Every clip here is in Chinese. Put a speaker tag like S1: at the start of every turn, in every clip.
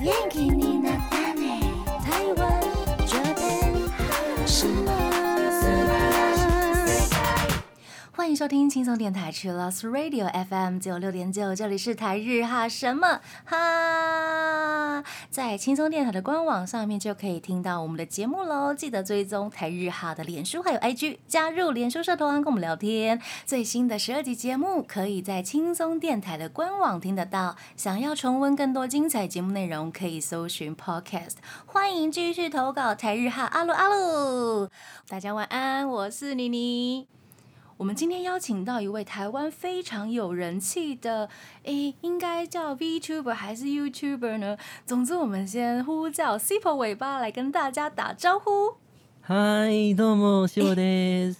S1: 元気になったね台湾 Japan 什么
S2: 欢迎收听轻松电台 c h i l l s Radio FM 九六点九，这里是台日哈什么哈，在轻松电台的官网上面就可以听到我们的节目喽。记得追踪台日哈的脸书还有 IG，加入脸书社团跟我们聊天。最新的十二集节目可以在轻松电台的官网听得到。想要重温更多精彩节目内容，可以搜寻 Podcast。欢迎继续投稿台日哈阿鲁阿鲁，大家晚安，我是妮妮。我们今天邀请到一位台湾非常有人气的，诶，应该叫 VTuber 还是 YouTuber 呢？总之，我们先呼叫 s i p o 尾巴来跟大家打招呼。哇，
S3: 嗨，どうも、しおです。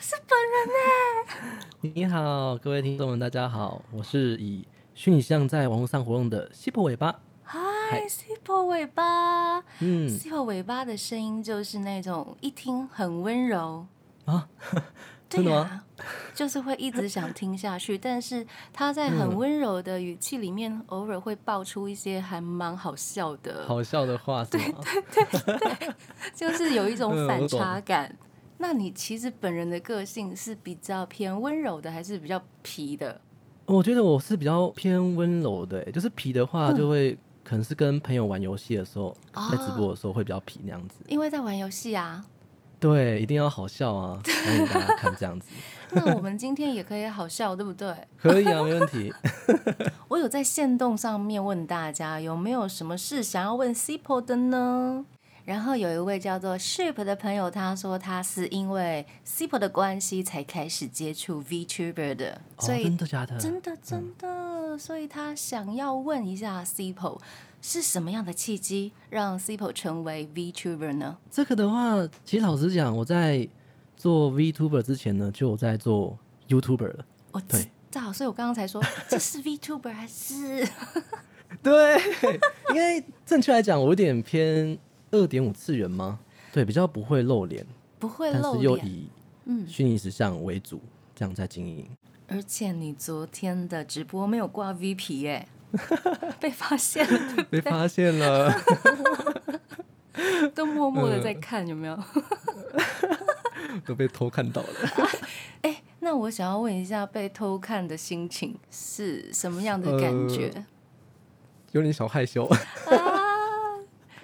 S2: 是本人呢！
S3: 你好，各位听众们，大家好，我是以虚拟像在网络上活动的西坡尾巴。
S2: 嗨 s i p o 尾巴 s
S3: 嗯
S2: i p o 尾巴的声音就是那种一听很温柔，
S3: 啊，
S2: 对
S3: 真的
S2: 呀、
S3: 吗？
S2: 就是会一直想听下去，但是他在很
S3: 嗯
S2: 温柔的语气里面，偶尔会爆出一些还蛮好笑的。
S3: 好笑的话是吗？
S2: 就是有一种
S3: 嗯
S2: 反
S3: 我懂
S2: 差感。那你其实本人的个性是比较偏温柔的，还是比较皮的？
S3: 我觉得我是比较偏温柔的欸，就是皮的话，
S2: 嗯
S3: 就会可能是跟朋友玩游戏的时候，
S2: 哦
S3: 在直播的时候会比较皮那样子。
S2: 因为在玩游戏啊。
S3: 对，一定要好笑啊，才能给大家看这样子。
S2: 那我们今天也可以好笑，对不对？
S3: 可以啊，没问题。
S2: 我有在线动上面问大家有没有什么事想要问 Sipo 的呢？然后有一位叫做 Ship 的朋友，他说他是因为 Sipo 的关系才开始接触 VTuber 的，
S3: 哦，
S2: 所以
S3: 真的假的？
S2: 真的真的，所以他想要问一下 Cipo 是什么样的契机让 Cipo 成为 VTuber 呢？
S3: 这个的话，其实老实讲，我在做 VTuber 之前呢，就有在做 YouTuber 了。
S2: 我
S3: 对
S2: 知道，所以我刚刚才 说这是 VTuber 还是
S3: 对，因为正确来讲，我有点偏二点五次元吗？对，比较不会露脸，
S2: 不会
S3: 但
S2: 露
S3: 是又
S2: 脸？
S3: 以
S2: 嗯，
S3: 虚拟实像为主，这样在经营。
S2: 而且你昨天的直播没有挂 V 皮 耶、被发现了，对
S3: 被发现 了，
S2: 都默默的在看，有没有？
S3: 嗯都被偷看到了。
S2: 哎、那我想要问一下，被偷看的心情是什么样的感觉、
S3: 有点小害羞，
S2: 啊？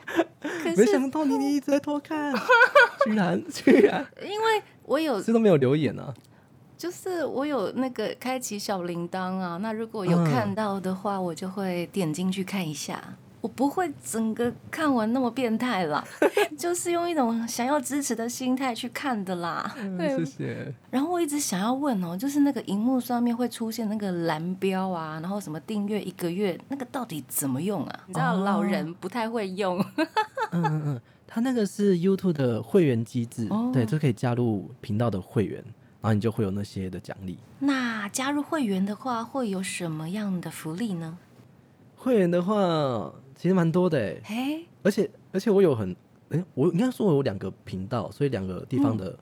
S2: 可
S3: 呃没
S2: 是
S3: 想到妮妮一直在 偷看，居然居然，
S2: 因为我有
S3: 这都没有留言啊！
S2: 就是我有那个开启小铃铛啊，那如果有
S3: 嗯
S2: 看到的话，我就会点进去看一下。我不会整个看完那么变态啦，就是用一种想要支持的心态去看的啦。对
S3: 嗯谢谢。
S2: 然后我一直想要问哦，就是那个荧幕上面会出现那个蓝标啊，然后什么订阅一个月，那个到底怎么用啊？你知道老人不太会用，
S3: 嗯嗯嗯，它那个是 YouTube 的会员机制，
S2: 哦
S3: 对，就可以加入频道的会员，然后你就会有那些的奖励。
S2: 那加入会员的话会有什么样的福利呢？
S3: 会员的话，其实蛮多的诶，
S2: 哎，
S3: 而且而且我有很，哎、我应该说我有两个频道，所以两个地
S2: 嗯
S3: 方的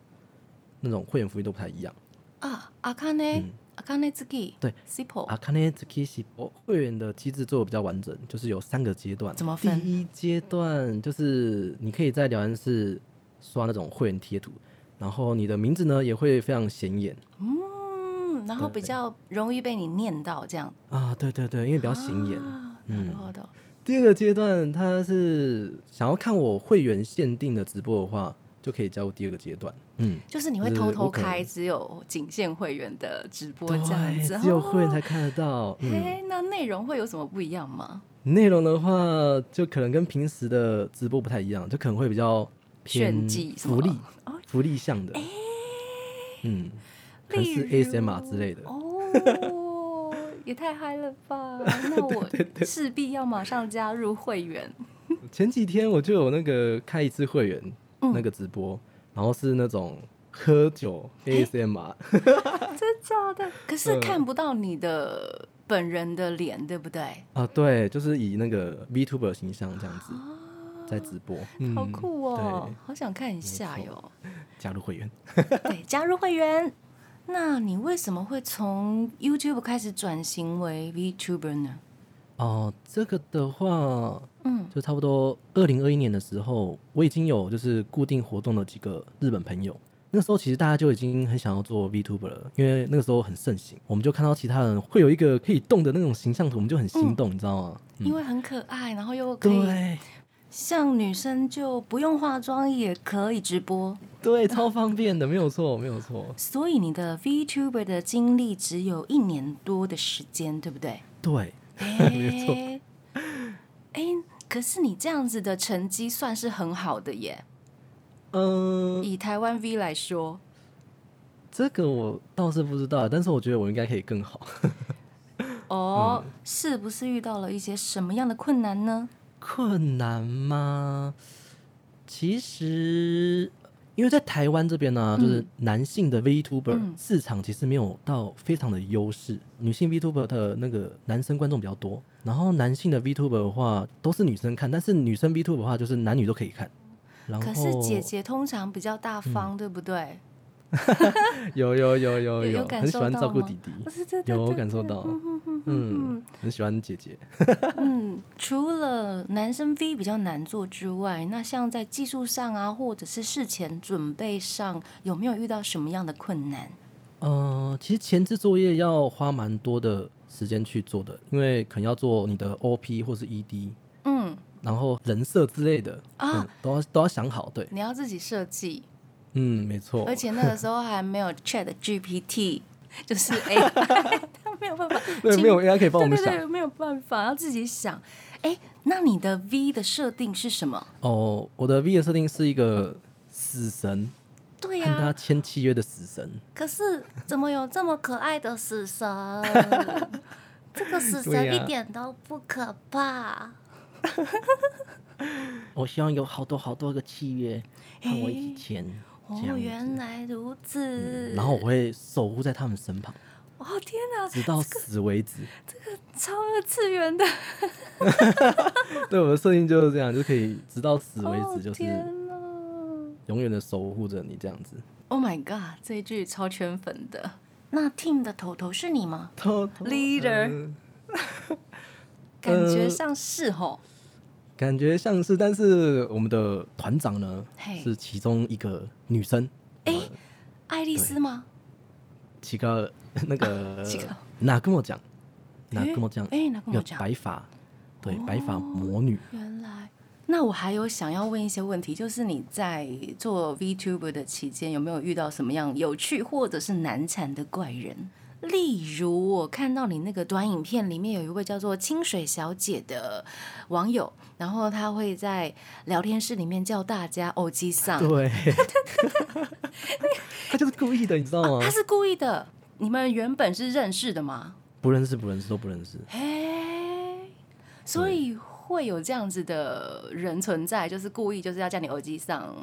S3: 那种会员福利都不太一样。
S2: 啊，阿康呢
S3: 嗯？
S2: 阿康呢自己
S3: 对啊
S2: s i p o
S3: 阿卡内兹基西博哦会员的机制做的比较完整，就是有三个阶段。
S2: 怎么分
S3: 第一阶段就是你可以在聊天室刷那种会员贴图，然后你的名字呢也会非常显眼
S2: 嗯，然后比
S3: 对
S2: 较容易被你念到这样，
S3: 啊，对对对，因为比较显眼。
S2: 啊
S3: 嗯
S2: なるほど。
S3: 第二个阶段，他是想要看我会员限定的直播的话，就可以加入第二个阶段。嗯，
S2: 就是你会
S3: 就是
S2: 偷偷
S3: 我可能
S2: 开只有仅限会员的直播这样子，
S3: 对只有会员
S2: 哦
S3: 才看得到。嗯，
S2: 嘿，那内容会有什么不一样吗？
S3: 内容的话，就可能跟平时的直播不太一样，就可能会比较
S2: 炫
S3: 偏
S2: 技什么
S3: 福利
S2: 哦、
S3: 福利向的。嗯，可能是
S2: 例如
S3: ASMR 之类的。
S2: 哦， 也太嗨了吧！ 那我势必要马上加入会员。
S3: 前几天我就有那个开一次会员、
S2: 嗯
S3: 那个直播，然后是那种喝酒 ASMR，、
S2: 真假的？可是
S3: 嗯
S2: 看不到你的本人的脸，对不对？
S3: 啊，对，就是以那个 VTuber 形象这样子在直播，嗯
S2: 啊好酷哦
S3: 对，
S2: 好想看一下哟。
S3: 加入会员。
S2: 对， 加入会员。那你为什么会从 YouTube 开始转型为 VTuber 呢？
S3: 哦，这个的话，
S2: 嗯，
S3: 就差不多二零二一年的时候，我已经有就是固定活动的几个日本朋友。那时候其实大家就已经很想要做 VTuber 了，因为那个时候很盛行。我们就看到其他人会有一个可以动的那种形象图，我们就很心动，你知道吗？
S2: 因为很可爱，然后又嗯可以
S3: 对
S2: 像女生就不用化妆也可以直播，
S3: 对，超方便的，没有错，没有错。
S2: 所以你的 VTuber 的经历只有一年多的时间，对不 对？
S3: 对，
S2: 没
S3: 错
S2: 哎、 可是你这样子的成绩算是很好的耶，
S3: 嗯、
S2: 以台湾 V 来说，
S3: 这个我倒是不知道，但是我觉得我应该可以更好。
S2: 哦，是不是遇到了一些什么样的困难呢？
S3: 困难吗？其实，因为在台湾这边呢、就是男性的 VTuber
S2: 嗯
S3: 市场其实没有到非常的优势，女性 VTuber 的那个男生观众比较多，然后男性的 VTuber 的话都是女生看，但是女生 VTuber 的话就是男女都可以看。然后
S2: 可是姐姐通常比较大
S3: 嗯
S2: 方，对不对？
S3: 有有有有
S2: 有有感
S3: 很喜
S2: 受
S3: 欢
S2: 到
S3: 照顾
S2: 吗
S3: 弟弟，
S2: 对对对
S3: 有我
S2: 对
S3: 感受到，嗯，很喜欢姐姐。
S2: 嗯，除了男生 V 比较难做之外，那像在技术上啊，或者是事前准备上，有没有遇到什么样的困难？
S3: 呃，其实前置作业要花蛮多的时间去做的，因为可能要做你的 OP 或是 ED，
S2: 嗯，
S3: 然后人设之类的
S2: 啊
S3: 嗯都要都要想好。对，
S2: 你要自己设计，
S3: 嗯，没错。
S2: 而且那个时候还没有 Chat GPT，就是 AI，他没有办法，
S3: 对，没有 AI 可以帮我
S2: 对
S3: 们
S2: 对
S3: 想
S2: 对，没有办法，要自己想。哎，那你的 V 的设定是什么？
S3: 哦。我的 V 的设定是一个死神，
S2: 对呀、
S3: 跟他签契约的死神，
S2: 可是怎么有这么可爱的死 神？
S1: 这个死
S3: 对
S1: 神
S3: 呀
S1: 一点都不可怕。
S3: 我希望有好多好多个契约和我一起签。这
S2: 哦，
S3: 样
S2: 原
S3: 子
S2: 来如此。
S3: 然后我会守护在他们身旁，
S2: 哦天哪，
S3: 直到死为止。
S2: 超二次元的，
S3: 对，我的设定就是这样，就可以直到死为
S2: 哦
S3: 止，就是
S2: 天哪
S3: 永远的守护着你这样子。
S2: ！Oh my god，这一句超圈粉的。那 team 的头头是你吗？
S3: 偷偷
S2: Leader
S3: 嗯呃
S2: 感觉上是吼。
S3: 感觉像是，但是我们的团长呢
S2: 嘿
S3: 是其中一个女生，
S2: 哎、爱丽丝吗？
S3: 几个那 个
S2: 几个
S3: 哪跟我讲，哪
S2: 诶
S3: 跟我讲，
S2: 诶哪跟我
S3: 有
S2: 讲哦
S3: 白发，对，白发魔女，
S2: 原来。那我还有想要问一些问题，就是你在做 VTuber 的期间，有没有遇到什么样有趣或者是难缠的怪人？例如，我看到你那个短影片里面有一位叫做清水小姐的网友，然后她会在聊天室里面叫大家“欧基桑
S3: 对，啊 他就是故意的，你知”，道吗
S2: 啊她？是故意的。你们原本是认识的吗？
S3: 不认识，不认识，都不认识，
S2: 嘿，所以会有这样子的人存在，就是故意就是要叫你耳机上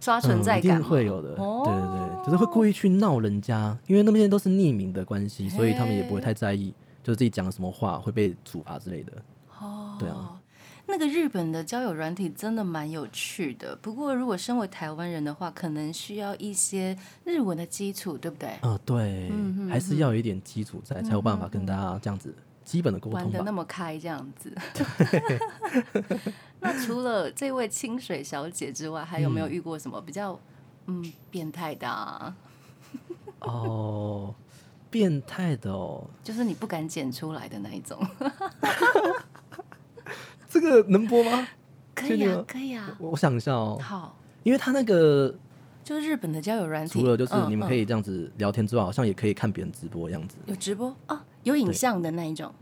S2: 刷存在
S3: 嗯、一
S2: 感
S3: 定
S2: 吗、
S3: 会有的，
S2: 哦
S3: 对对对，就是会故意去闹人家，因为那边都是匿名的关系，所以他们也不会
S2: 嘿
S3: 太在意，就是自己讲了什么话会被处罚之类的。
S2: 哦，
S3: 对啊。
S2: 那个日本的交友软体真的蛮有趣的，不过如果身为台湾人的话，可能需要一些日文的基础，对不对？
S3: 啊、对，
S2: 嗯
S3: 还是要有一点基础在，才有办法跟大家这样子基本的沟
S2: 玩
S3: 通
S2: 的那
S3: 吧。
S2: 么开这样 子。那除了这位清水小姐之外，还有没有遇过什么比较嗯变态的、啊？
S3: 哦，变态的哦，
S2: 就是你不敢剪出来的那一种？
S3: 这个能播吗？
S2: 可
S3: 确
S2: 以
S3: 定
S2: 啊
S3: 吗，
S2: 可以啊。
S3: 我我想一下哦，
S2: 好，
S3: 因为他那个
S2: 就日本的交友软体，
S3: 除了就是你们可
S2: 嗯
S3: 以这样子聊天之外，好像也可以看别人直播样子。
S2: 嗯有直播哦，有影像的那一种。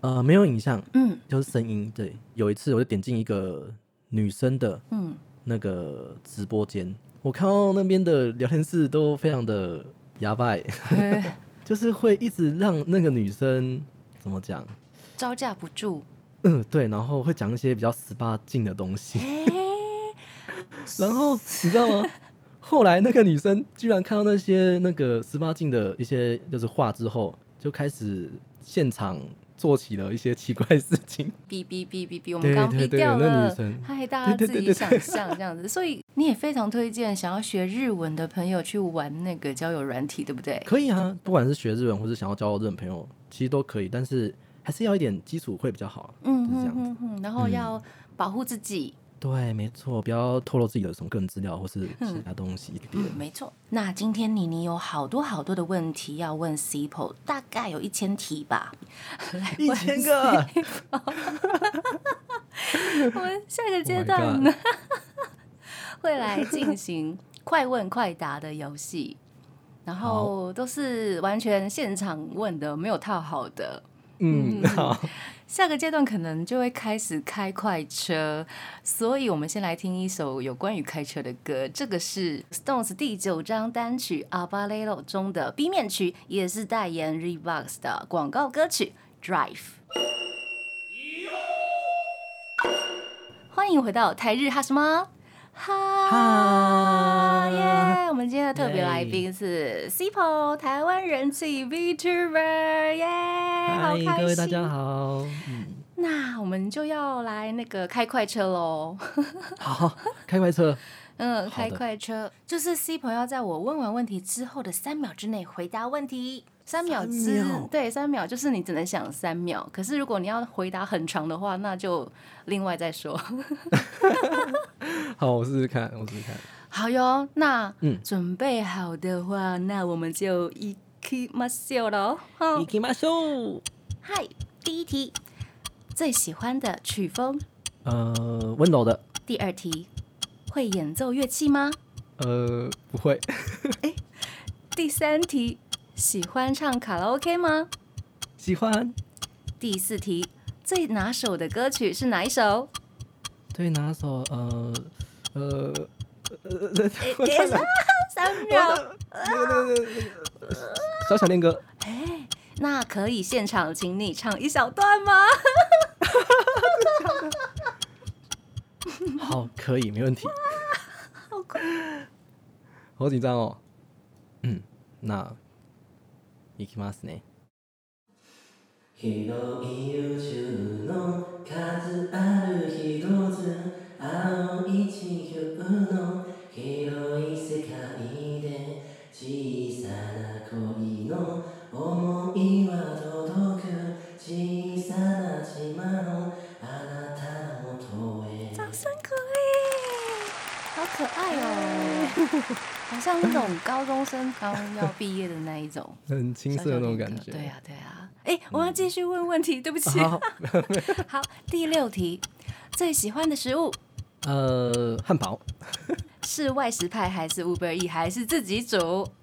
S3: 呃，没有影像，
S2: 嗯
S3: 就是声音。对，有一次我就点进一个女生的
S2: 嗯，
S3: 那个直播间，我看到那边的聊天室都非常的 牙白，
S2: 嘿
S3: 就是会一直让那个女生怎么讲？
S2: 招架不 住。
S3: 嗯，对，然后会讲一些比较十八禁的东西。 然后你知道吗？后来那个女生居然看到那些那个十八禁的一些就是话之后，就开始现场做起了一些奇怪的事情。
S2: 哔哔哔哔哔，我们
S3: 对
S2: 刚刚
S3: 对
S2: 哔
S3: 对
S2: 掉
S3: 那女
S2: 了
S3: 生，
S2: 嗨，大家
S3: 对对
S2: 自
S3: 对
S2: 己
S3: 对
S2: 想
S3: 对
S2: 象这样子。所以你也非常推荐想要学日文的朋友去玩那个交友软体，对不对？
S3: 可以啊，不管是学日文或是想要交日本朋友，其实都可以，但是还是要一点基础会比较好。
S2: 嗯
S3: 就是这
S2: 哼
S3: 样子
S2: 哼哼，然后
S3: 嗯
S2: 要保护自己。
S3: 对，没错，不要透露自己的什么个人资料或是其他东西给别人。
S2: 嗯，没错。那今天妮妮有好多好多的问题要问 c i p o 大概有一千题吧。
S3: 一千个，
S2: 我们下个阶
S3: Oh my
S2: 段呢， 会来进行快问快答的游戏，然后都是完全现场问的，没有套好的。
S3: 嗯，好，
S2: 下个阶段可能就会开始开快车，所以我们先来听一首有关于开车的歌，这个是 Stones 第九张单曲《阿巴 l o 中的 B 面曲，也是代言 Reeboks 的广告歌曲《Drive》。欢迎回到台日哈什么哈
S3: 哈
S2: 耶！我们今天的特别来
S3: 耶
S2: 宾是 Cipo 台湾人气 VTuber e 耶，好开心！啊
S3: 嗨，各位大家好，嗯，
S2: 那我们就要来那个开快车喽。
S3: 好，开快车，
S2: 嗯，
S3: 的
S2: 开快车就是 C 朋友在我问完问题之后的三秒之内回答问题。三秒之
S3: 三秒
S2: 对，三秒就是你只能想三秒。可是如果你要回答很长的话，那就另外再说。
S3: 好，我试试看，我试试看，
S2: 好哟，那、
S3: 嗯
S2: 准备好的话，那我们就一起马秀喽。好
S3: 行きましょう。
S2: 嗨，第一题，最喜欢的曲风。
S3: 呃，温柔的，
S2: 第二题，会演奏乐器吗？
S3: 呃，不会，
S2: 第三题，喜欢唱卡拉 OK 吗？
S3: 喜欢，
S2: 第四题，最拿手的歌曲是哪一首？
S3: 对，拿手，呃，呃，呃，呃我在哪？
S2: 三秒。
S3: 那个那个那个那个小小恋歌，
S2: 哎，那可以现场请你唱一小段吗？
S3: 好，可以，没问题。
S2: 好酷
S3: 好紧张哦。嗯，那行きますね。
S4: 広い宇宙の数ある一つ青い地球の広い世界で小さな恋の思いは届く小さな島のあなたの元へ
S2: 掌声鼓励，好可爱哦， 好像那种高中生刚要毕业的那一种
S3: 很 青
S2: 小小
S3: 涩的那种
S2: 恋
S3: 感
S2: 歌
S3: 觉。嗯
S2: 对呀、对呀、哎，我要继续问问题，对啊不起。
S3: 好，
S2: 好，第六题，最喜欢的食物
S3: 呃，汉堡，
S2: 是外食派还是 Uber E 还是自己煮？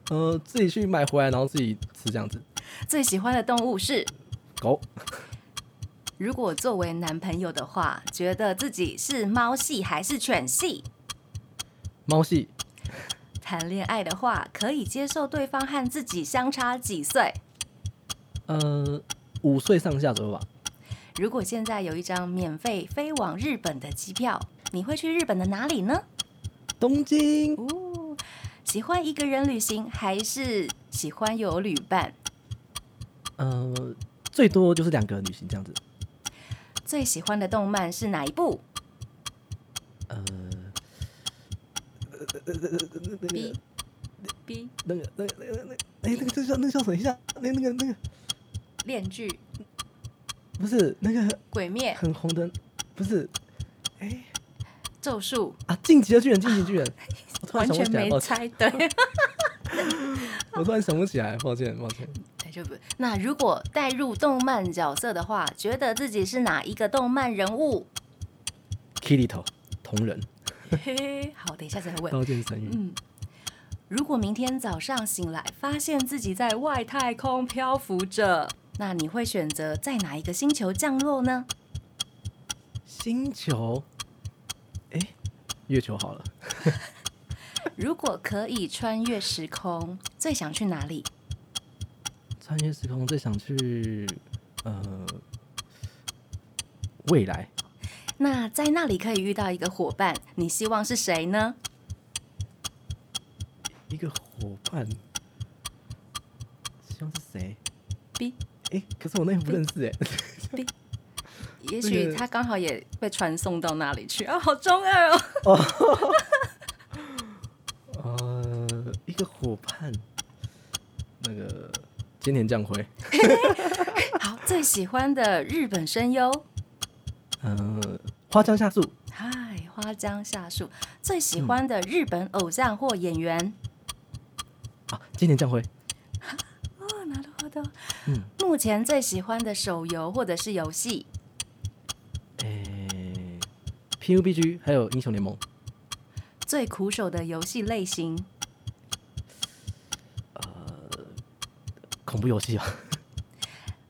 S3: 呃，自己去买回来，然后自己吃这样子。
S2: 最喜欢的动物是？
S3: 狗，
S2: 如果作为男朋友的话，觉得自己是猫系还是犬系？
S3: 猫系，
S2: 谈恋爱的话，可以接受对方和自己相差几岁？
S3: 呃，五岁上下左右吧。
S2: 如果现在有一张免费飞往日本的机票，你会去日本的哪里呢？
S3: 东京，
S2: 哦，喜欢一个人旅行还是喜欢有旅伴？
S3: 呃，最多就是两个人旅行这样子。
S2: 最喜欢的动漫是哪一部
S3: 呃，
S2: ？B B
S3: 那个，那个，那个，那个，哎，那个，这叫那个叫什么？一下，那那个，那个，
S2: 恋剧《
S3: 不是那个
S2: 鬼灭》《
S3: 很红的，不是
S2: 咒术
S3: 啊，进击的巨人，进击的巨 人，我》，突然
S2: 完
S3: 想不
S2: 全
S3: 起来，
S2: 没
S3: 抱歉，
S2: 猜对。
S3: 我突然想不起来，抱歉，抱歉。
S2: 对，哎就不。那如果带入动漫角色的话，觉得自己是哪一个动漫人 物？
S3: Kirito，同人，
S2: 嘿嘿，好，等一下再问。
S3: 刀剑神域，
S2: 嗯，如果明天早上醒来，发现自己在外太空漂浮着，那你会选择在哪一个星球降落呢？
S3: 星球，哎，月球好了，
S2: 如果可以穿越时空，最想去哪里？
S3: 穿越时空最想去，呃，未来，
S2: 那在那里可以遇到一个伙伴，你希望是谁呢？
S3: 一个伙伴，希望是谁？
S2: B
S3: 哎，可是我那个不认识哎，
S2: B，也
S3: 那
S2: 许
S3: 个
S2: 他刚好也被传送到那里去啊，好中二 哦。
S3: 呃，一个伙伴，那个金田将辉，
S2: 好，最喜欢的日本声优，
S3: 呃，花江夏树，
S2: 嗨，花江夏树。最喜欢的日本偶像或演员，
S3: 啊，今年将会，
S2: 哦，なるほど。
S3: 嗯，
S2: 目前最喜欢的手游或者是游戏，
S3: 诶、p u b g 还有英雄联盟，
S2: 最苦手的游戏类型，
S3: 恐怖游戏啊，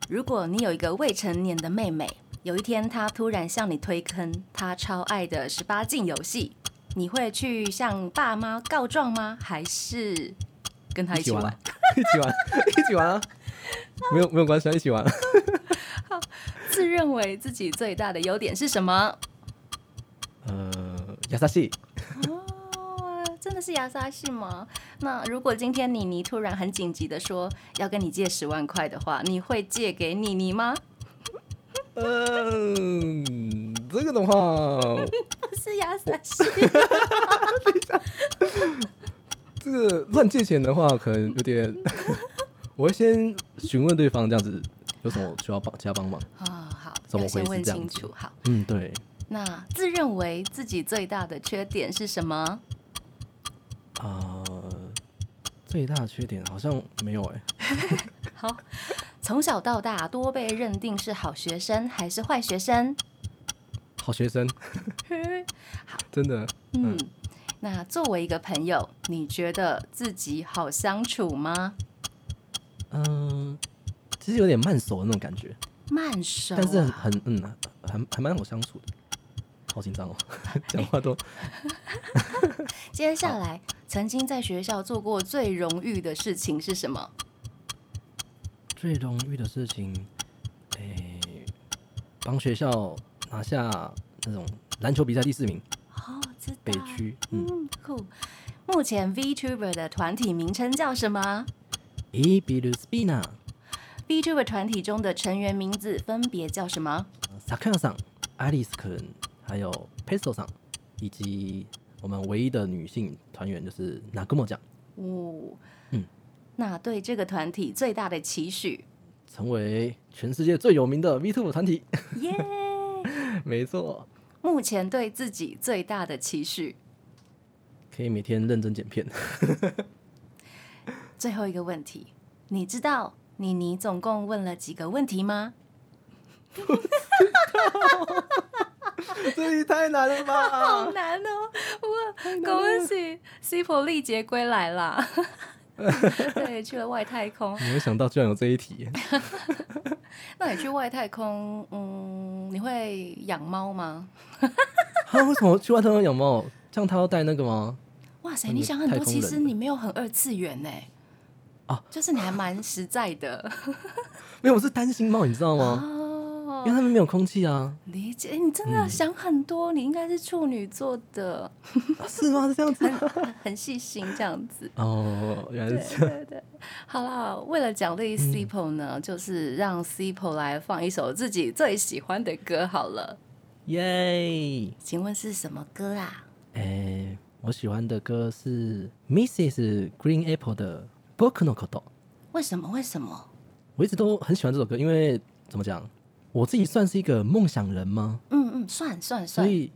S2: 如果你有一个未成年的妹妹，有一天她突然向你推坑她超爱的十八禁游戏，你会去向爸妈告状吗？还是跟她一起玩？
S3: 啊，一起玩， 一起玩 啊，没有没有关系啊，一起玩。
S2: 自认为自己最大的优点是什么？
S3: 呃，亚萨西，
S2: 哦，真的是牙刷系吗？那如果今天妮妮突然很紧急的说要跟你借十万块的话，你会借给妮妮吗？ 呃
S3: 嗯，这个的话，
S2: 不是牙刷系，
S3: 这个乱借钱的话，可能有 点， 我会先询问对方这样子有什么需要帮其他帮忙。
S2: 哦，好，
S3: 怎么
S2: 要先
S3: 会是
S2: 问
S3: 这样
S2: 清
S3: 子
S2: 楚。好，
S3: 嗯，对，
S2: 那自认为自己最大的缺点是什么？
S3: 啊、最大的缺点好像没有哎、
S2: 好，从小到大多被认定是好学生还是坏学生？
S3: 好学生， 真的，
S2: 嗯，那作为一个朋友，你觉得自己好相处吗？
S3: 嗯、其实有点慢熟的那种感觉，
S2: 慢熟啊、
S3: 但是很很嗯，还还蛮好相处的。好紧张哦， 讲话都
S2: 接下来曾经在学校做过最荣誉的事情是什么？
S3: 最荣誉的事情，哎、帮学校拿下那种篮球比赛第四名，
S2: 哦，知道
S3: 北区，嗯，
S2: 嗯，酷。目前 VTuber 的团体名称叫什么
S3: 咦，比如 Spina、
S2: ？VTuber 团体中的成员名字分别叫什么？
S3: Sakura 上、Alice 肯，还有 Pesto 上，以及我们唯一的女性团员就是 Nagumo 酱，
S2: 哦，
S3: 嗯，
S2: 那对这个团体最大的期许，
S3: 成为全世界最有名的 VTuber 团体。
S2: 耶、
S3: 没错，
S2: 目前对自己最大的期许。
S3: 可以每天认真剪片。
S2: 最后一个问题，你知道妮妮总共问了几个问题吗？
S3: 这也太难了
S2: 好
S3: 吧！
S2: 难哦！哇，恭喜西普历劫归来啦！ 对，去了外太空。
S3: 没有想到居然有这一题，
S2: 那你去外太空，嗯，你会养猫吗？
S3: 他啊为什么去外太空养猫？这样他要带那个吗？
S2: 哇塞，
S3: 那个
S2: 你想很
S3: 嗯太
S2: 多，
S3: 空
S2: 其实
S3: 人
S2: 你没有很二次元呢、
S3: 啊，
S2: 就是你还蛮实在 的
S3: 没有，我是担心猫，你知道吗？因为
S2: 哦。
S3: 他们没有空气啊。
S2: 理解，哎诶你真
S3: 嗯
S2: 的想很多，你应该是处女座的，
S3: 啊是吗？是这样子？
S2: 很细心这样子。
S3: 哦，原来是这样。嗯
S2: 对对， 好啦，为了奖励 Cipo 呢，就是让 Cipo 来放一首自己最喜欢的歌好了。
S3: 耶！
S2: 请问是什么歌啊？
S3: 哎，我喜欢的歌是 Mrs. Green Apple 的《Boku no Koto》，
S2: 为什么？为什么？
S3: 我一直都很喜欢这首歌，因为怎么讲，我自己算是一个梦想人吗？
S2: 嗯嗯，算算
S3: 所
S2: 算，
S3: 以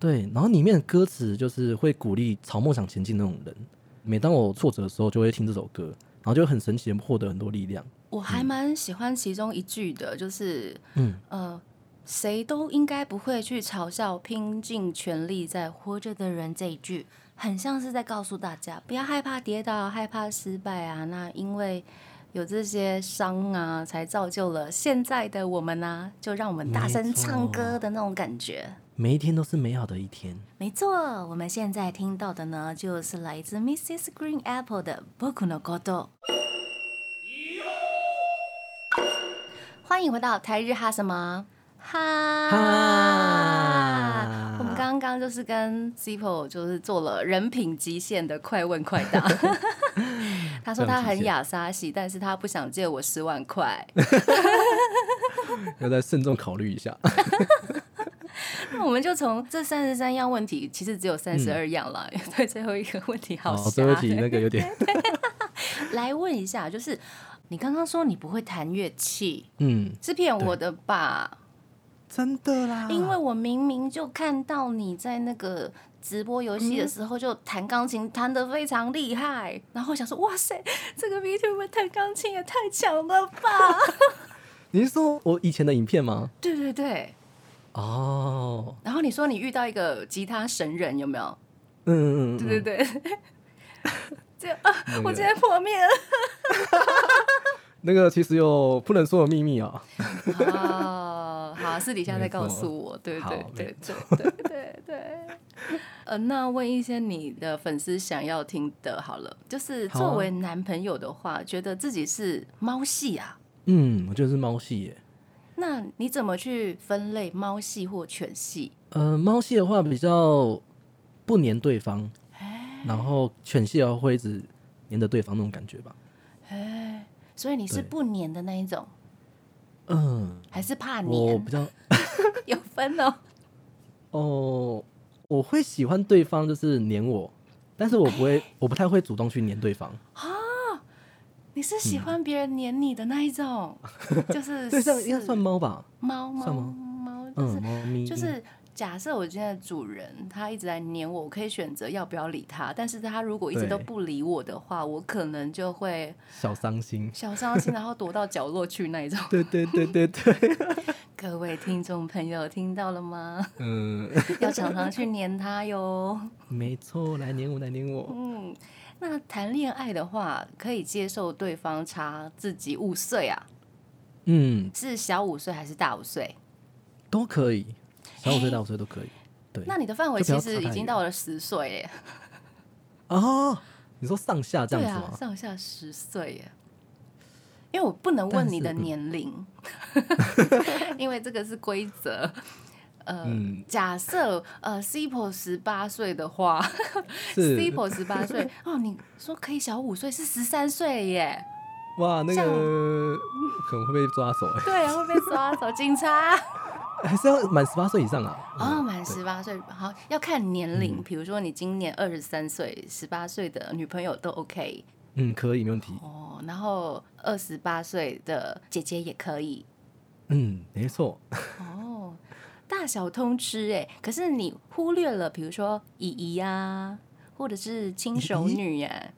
S3: 对，然后里面的歌词就是会鼓励朝梦想前进那种人。每当我挫折的时候，就会听这首歌，然后就很神奇的获得很多力量。
S2: 我还蛮喜欢其中一句的，就是
S3: 嗯，
S2: 呃，谁都应该不会去嘲笑拼尽全力在活着的人这一句，很像是在告诉大家不要害怕跌倒，害怕失败啊。那因为有这些伤啊，才造就了现在的我们啊，就让我们大声
S3: 没错
S2: 唱歌的那种感觉。
S3: 每一天都是美好的一天。
S2: 没错，我们现在听到的呢，就是来自 Mrs. Green Apple 的《僕のこと》。欢迎回到台日哈什么哈？
S3: 哈
S2: 我们刚刚就是跟 Zipo 就是做了人品极限的快问快 答。他说他很雅莎系，但是他不想借我十万 块。
S3: 要再慎重考虑一下。
S2: 那我们就从这三十三样问题，其实只有三十二样了，嗯 对最后一个问题好
S3: 好，
S2: 瞎。
S3: 最后一题那个有点
S2: 来问一下，就是你刚刚说你不会弹乐器，
S3: 嗯，
S2: 是骗我的吧？
S3: 真的啦，
S2: 因为我明明就看到你在那个直播游戏的时候就弹钢琴，弹得非常厉害，然后我想说，哇塞，这个 VTuber 弹钢琴也太强了吧！
S3: 你是说我以前的影片吗？
S2: 对对对，
S3: 哦，
S2: 然后你说你遇到一个吉他神人，有没有？
S3: 嗯嗯嗯，
S2: 对
S3: 嗯，
S2: 对对，就啊，
S3: 那
S2: 我
S3: 个
S2: 今天破灭了。
S3: 那个其实有不能说的秘密啊。
S2: 哦，好，私底下再告诉我，对对
S3: 好
S2: 对
S3: 没
S2: 对对对对。呃，那问一些你的粉丝想要听的，好了，就是
S3: 好啊
S2: 作为男朋友的话，觉得自己是猫系啊，
S3: 嗯，我觉得是猫系耶。
S2: 那你怎么去分类猫系或犬系？
S3: 呃，猫系的话比较不粘对方，
S2: 哎
S3: 然后犬系的话会一直粘着对方那种感觉吧。
S2: 哎，所以你是
S3: 对
S2: 不粘的那一种，
S3: 嗯，
S2: 还是怕
S3: 我
S2: 粘？
S3: 比较
S2: 有分哦。
S3: 哦，我会喜欢对方就是粘我，但是我不会，
S2: 哎
S3: 我不太会主动去粘对方。
S2: 你是喜欢别人黏你的那一种，就是
S3: 嗯 对，这样应该算猫吧？
S2: 猫猫
S3: 算吗
S2: 猫，就是
S3: 嗯，猫咪
S2: 就是假设我今天的主人他一直在黏我，我可以选择要不要理他。但是他如果一直
S3: 对
S2: 都不理我的话，我可能就会
S3: 小伤心。
S2: 小伤心，然后躲到角落去 那一种。
S3: 对对对对对，
S2: 各位听众朋友，听到了吗？
S3: 嗯，
S2: 要常常去黏他哟。
S3: 没错，来粘我，来粘我。
S2: 嗯，那谈恋爱的话，可以接受对方差自己五岁啊，
S3: 嗯，
S2: 是小五岁还是大五岁？
S3: 都可以，小五岁、大五岁都可以。对，
S2: 哎那你的范围
S3: 就不
S2: 其实
S3: 要差太
S2: 已经
S3: 远
S2: 到了十岁耶，
S3: 哦，你说上下这
S2: 对
S3: 样子
S2: 啊，
S3: 吗？
S2: 上下十岁耶。因为我不能问你的
S3: 但是嗯
S2: 年龄， 因为这个是规则。呃，
S3: 嗯
S2: 假设呃 c i p o 十八岁的话 c i
S3: 是
S2: p o 十八 岁哦，你说可以小五岁是十三岁耶？
S3: 哇，那
S2: 像
S3: 个可能会被抓走哎，
S2: 对啊，会被抓走，警察。
S3: 还是要满十八岁以上啊。
S2: 哦，
S3: 嗯
S2: 满十八岁，好要看年龄。比如说你今年二十三岁，十八岁的女朋友都 OK
S3: 嗯，可以，没问题。
S2: 哦，然后二十八岁的姐姐也可以
S3: 嗯，没错。
S2: 哦，大小通吃哎。可是你忽略了，比如说姨姨啊，或者是亲手
S3: 姨姨
S2: 女哎，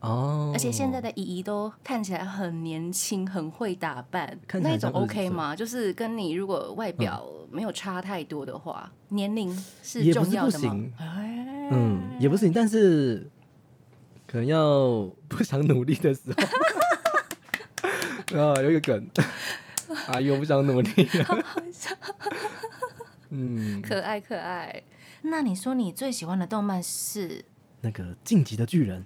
S3: 哦，
S2: 而且现在的姨姨都看起来很年轻，很会打扮，
S3: 看起
S2: 那
S3: 来
S2: 一种
S3: 像20
S2: OK
S3: 岁
S2: 吗？就是跟你如果外表
S3: 嗯
S2: 没有差太多的话，年龄是
S3: 也不
S2: 重
S3: 是
S2: 要
S3: 不
S2: 的吗
S3: 行？
S2: 哎
S3: 嗯，也不是你，但是可能要不想努力的时候， 啊，有一个梗，啊，又不想努力 了，嗯，
S2: 可爱可爱。那你说你最喜欢的动漫是？
S3: 那个晋级的巨人，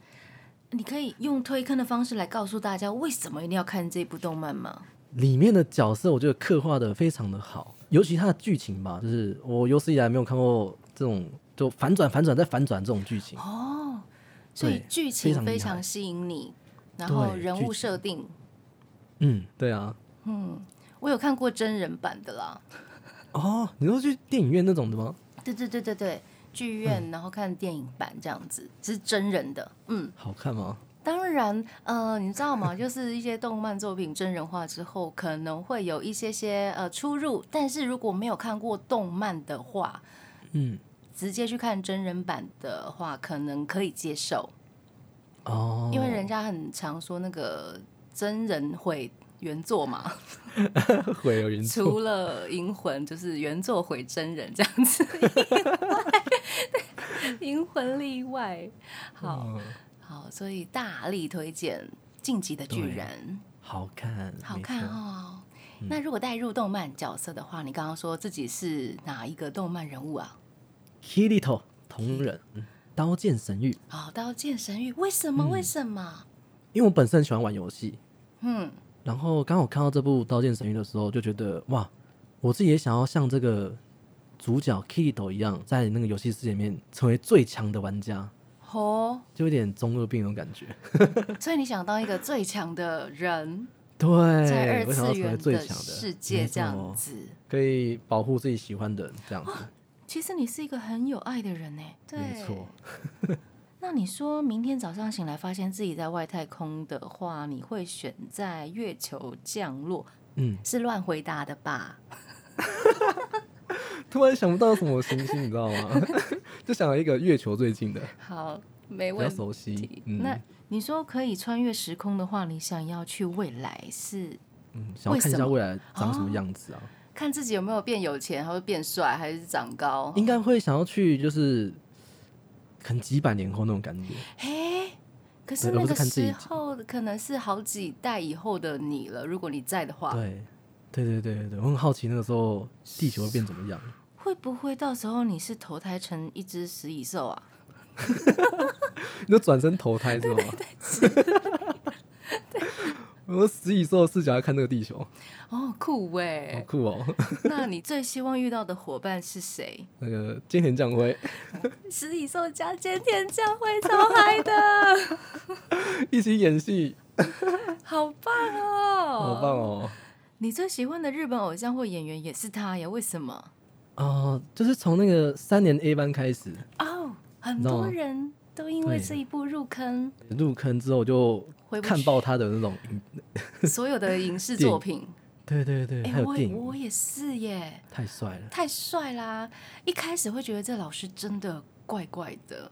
S2: 你可以用推坑的方式来告诉大家为什么一定要看这部动漫吗？
S3: 里面的角色，我觉得刻画的非常的好，尤其它的剧情吧，就是我有史以来没有看过这种就反转、反转再反转这种剧情。
S2: 哦，所以
S3: 对
S2: 剧情非
S3: 非常厉
S2: 常
S3: 害
S2: 吸引你，然后
S3: 对
S2: 人
S3: 剧
S2: 物
S3: 情
S2: 设定，
S3: 嗯，对啊。
S2: 嗯，我有看过真人版的啦。
S3: 哦，你说去电影院那种的吗？
S2: 对对对对对，剧
S3: 嗯
S2: 院然后看电影版这样子，是真人的。嗯，
S3: 好看吗？
S2: 当然，呃，你知道吗？就是一些动漫作品真人化之后，可能会有一些些呃出入，但是如果没有看过动漫的话，
S3: 嗯，
S2: 直接去看真人版的话，可能可以接受，
S3: 哦，
S2: 因为人家很常说那个真人毁原作嘛，
S3: 会有人
S2: 除了银魂就是原作毁真人这样子， 银魂例外。好
S3: 嗯
S2: 好，所以大力推荐《晋级的巨
S3: 对
S2: 人
S3: 好看，》，
S2: 好
S3: 没
S2: 看
S3: 错。嗯
S2: 哦。那如果带入动漫角色的话，你刚刚说自己是哪一个动漫人物啊？
S3: Kirito 同人，嗯刀剑神域，
S2: 哦，刀剑神域，为什
S3: 嗯
S2: 么？为什么？
S3: 因为我本身很喜欢玩游戏，
S2: 嗯，
S3: 然后刚好看到这部《刀剑神域》的时候，就觉得哇，我自己也想要像这个主角 Kirito 一样，在那个游戏世界里面成为最强的玩家，
S2: 哦，
S3: 就有点中二病那种感 觉。
S2: 所以你想当一个最强的人，
S3: 对，
S2: 在二
S3: 哎我想
S2: 次
S3: 要成为
S2: 元
S3: 最
S2: 的
S3: 强的
S2: 世界这
S3: 没
S2: 样
S3: 错
S2: 子。
S3: 可以保护自己喜欢的人这样子，
S2: 其实你是一个很有爱的人呢，对
S3: 没错。
S2: 那你说明天早上醒来发现自己在外太空的话，你会选在月球降落？
S3: 嗯，
S2: 是乱回答的吧？
S3: 突然想不到什么行星，你知道吗？ 就想了一个月球最近的，
S2: 好，没
S3: 比较
S2: 哎问
S3: 熟悉
S2: 题。。
S3: 嗯，
S2: 那你说可以穿越时空的话，你想要去未来是
S3: 嗯想要看一
S2: 为什
S3: 下
S2: 么
S3: 未来长什么
S2: 哦
S3: 样子啊？
S2: 看自己有没有变有钱，还会变帅，还是长高？
S3: 应该会想要去，就是可能几百年后那种感觉。
S2: 哎，可是
S3: 对而
S2: 那
S3: 不是
S2: 个
S3: 看自己
S2: 时候可能是好几代以后的你了，如果你在的话，
S3: 对，对对对对对，我很好奇那个时候地球会变怎么样。
S2: 会不会到时候你是投胎成一只食蚁兽啊？
S3: 你就转身投胎是吗？ 我说食蚁兽的视角来看那个地球，好
S2: 哦，酷 喂！
S3: 酷哦！
S2: 那你最希望遇到的伙伴是谁？
S3: 那个菅田将晖
S2: 食蚁兽加坚田将会超嗨 的，
S3: 一起演戏，
S2: 好棒哦！
S3: 好棒！哦！
S2: 你最喜欢的日本偶像或演员也是他呀？为什么？
S3: 啊、就是从那个三年 A 班开始
S2: 哦，很
S3: 你知道吗
S2: 多人都因为
S3: 对
S2: 这一部入 坑，
S3: 入坑之后，就
S2: 回不去
S3: 看爆他的那种影，
S2: 所有的影视
S3: 电
S2: 作
S3: 影
S2: 品。
S3: 对对对，
S2: 哎、
S3: 还有
S2: 我
S3: 电
S2: 也
S3: 影，
S2: 我也是耶，
S3: 太帅了。
S2: 太帅啦！一开始会觉得这老师真的怪怪的，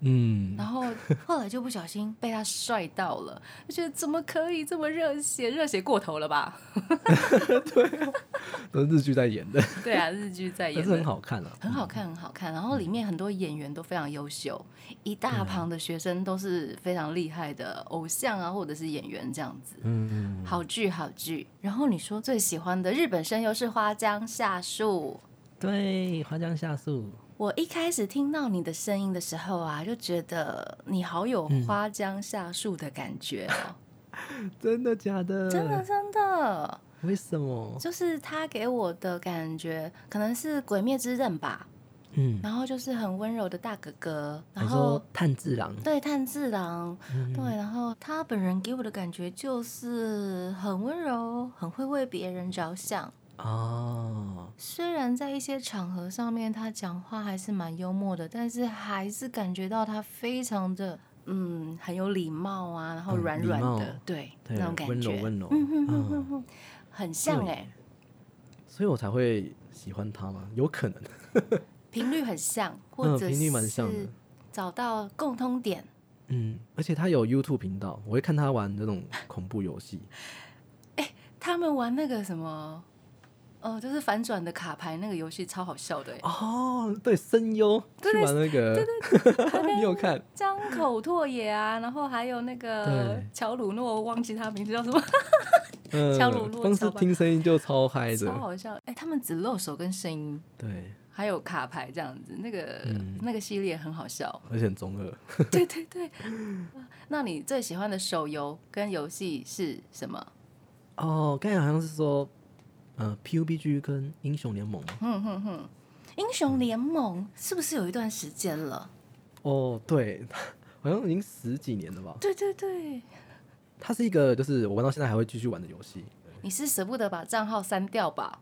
S3: 嗯，
S2: 然后后来就不小心被他帅到了，就觉得怎么可以这么热血？热血过头了吧？
S3: 都是日剧在演的，
S2: 对啊，日剧在
S3: 但
S2: 演，
S3: 是很，好看啊。
S2: 很好看，很好看。然后里面很多演员都非常优秀，一
S3: 啊
S2: 大旁的学生都是非常厉害的偶像啊，或者是演员这样子。
S3: 嗯，
S2: 好剧，好剧。然后你说最喜欢的日本声优是花江夏树，
S3: 对，花江夏树，
S2: 我一开始听到你的声音的时候啊，就觉得你好有
S3: 嗯
S2: 花江夏树的感觉哦，
S3: 真的假的？
S2: 真的？真的，
S3: 为什么？
S2: 就是他给我的感觉可能是《鬼灭之刃》吧，
S3: 嗯，
S2: 然后就是很温柔的大哥哥，然
S3: 你
S2: 后
S3: 说炭治郎，
S2: 对炭治郎，
S3: 嗯
S2: 对，然后他本人给我的感觉就是很温柔，很会为别人着想。
S3: 哦，
S2: 虽然在一些场合上面，他讲话还是蛮幽默的，但是还是感觉到他非常的，嗯，很有礼貌啊，然后
S3: 嗯
S2: 软软
S3: 礼
S2: 的
S3: 貌，
S2: 对，
S3: 对
S2: 那种感
S3: 温
S2: 觉，
S3: 柔温柔
S2: 嗯哼哼
S3: 嗯
S2: 哼哼，很像
S3: 对
S2: 哎，
S3: 所以我才会喜欢他嘛，有可能，
S2: 频率很像，或
S3: 嗯
S2: 者
S3: 频率蛮像的
S2: 是找到共通点。
S3: 嗯，而且他有 YouTube 频道，我会看他玩那种恐怖游戏，
S2: 他们玩那个什么，呃，就是反转的卡牌那个游戏，超好笑的哎，
S3: 哦，对，声优去玩那个，你有看？
S2: 江口拓也 啊，然后还有那个
S3: 对
S2: 乔鲁诺，忘记他名字 叫什么。
S3: 嗯
S2: 敲锣，锣
S3: 光是
S2: 敲吧
S3: 听声音就超嗨
S2: 超
S3: 的，
S2: 好笑！哎、他们只露手跟声音，
S3: 对，
S2: 还有卡牌这样子，那个、
S3: 嗯。
S2: 那个系列很好笑
S3: 而且很中二。
S2: 对对对，那你最喜欢的手游跟游戏是什么？
S3: 哦，刚才好像是说，呃，PUBG 跟英雄联盟吗。
S2: 哼哼哼，英雄联盟是不是有一段时间了？
S3: 哦，对， 好像已经十几年了吧。
S2: 对对对，
S3: 它是一个，就是我玩到现在还会继续玩的游戏，
S2: 你是舍不得把账号删掉吧？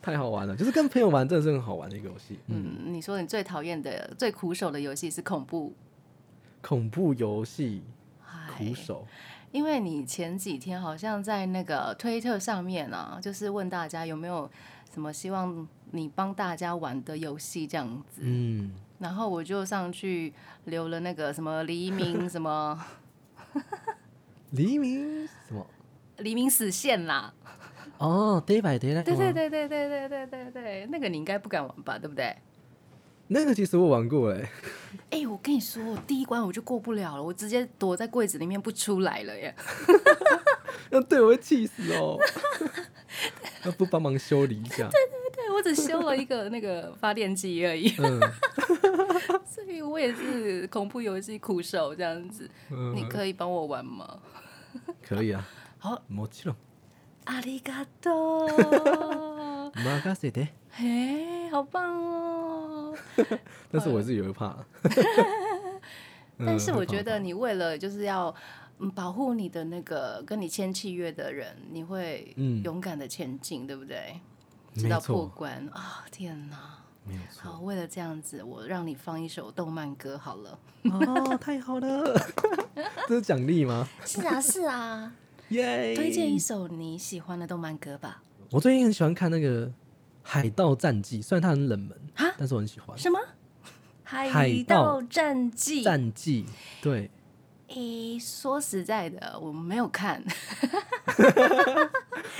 S3: 太好玩了，就是跟朋友玩真的是很好玩的一个游戏。嗯，
S2: 嗯，你说你最讨厌的、最苦手的游戏是恐怖，
S3: 恐怖游戏
S2: 哎
S3: 苦手，
S2: 因为你前几天好像在那个推特上面啊，就是问大家有没有什么希望你帮大家玩的游戏这样子，
S3: 嗯，
S2: 然后我就上去留了那个什么黎 明什么
S3: 黎明什么？
S2: 黎明死线啦，
S3: 哦，Day by Day 那个
S2: 对
S3: 吗
S2: 对，对对对对对对对，那个你应该不敢玩吧，对不对？
S3: 那个其实我玩过哎，
S2: 哎、我跟你说，我第一关我就过不了了，我直接躲在柜子里面不出来了耶。
S3: 那对我会气死 哦。那不帮忙修理一下，
S2: 对我只修了一个那个发电机而已。
S3: 嗯
S2: 所以我也是恐怖游戏苦手这样子，你
S3: 嗯，
S2: 可以帮我玩吗？
S3: 可以啊。
S2: 好，
S3: もちろん啊
S2: 阿里嘎多，
S3: 任せて。
S2: 嘿，好棒哦！
S3: 但是我是有一怕。 嗯
S2: 但是我
S3: 会怕
S2: 觉得
S3: 怕
S2: 你为了就是要嗯保护你的那个跟你签契约的人，你会
S3: 嗯
S2: 勇敢的前进，对不对？直
S3: 没
S2: 到破
S3: 错，
S2: 关啊！天哪，
S3: 没有
S2: 好，
S3: 错。
S2: 为了这样子，我让你放一首动漫歌好了。
S3: 哦，太好了， 这是奖励吗？
S2: 是啊，是啊，
S3: 耶！
S2: 推荐一首你喜欢的动漫歌吧。
S3: 我最近很喜欢看那个《海盗战记》，虽然它很冷门
S2: 啊，
S3: 但是我很喜欢。
S2: 什么？海
S3: 海
S2: 盗
S3: 盗
S2: 战记？
S3: 战记，对，
S2: 诶，说实在的，我没有看，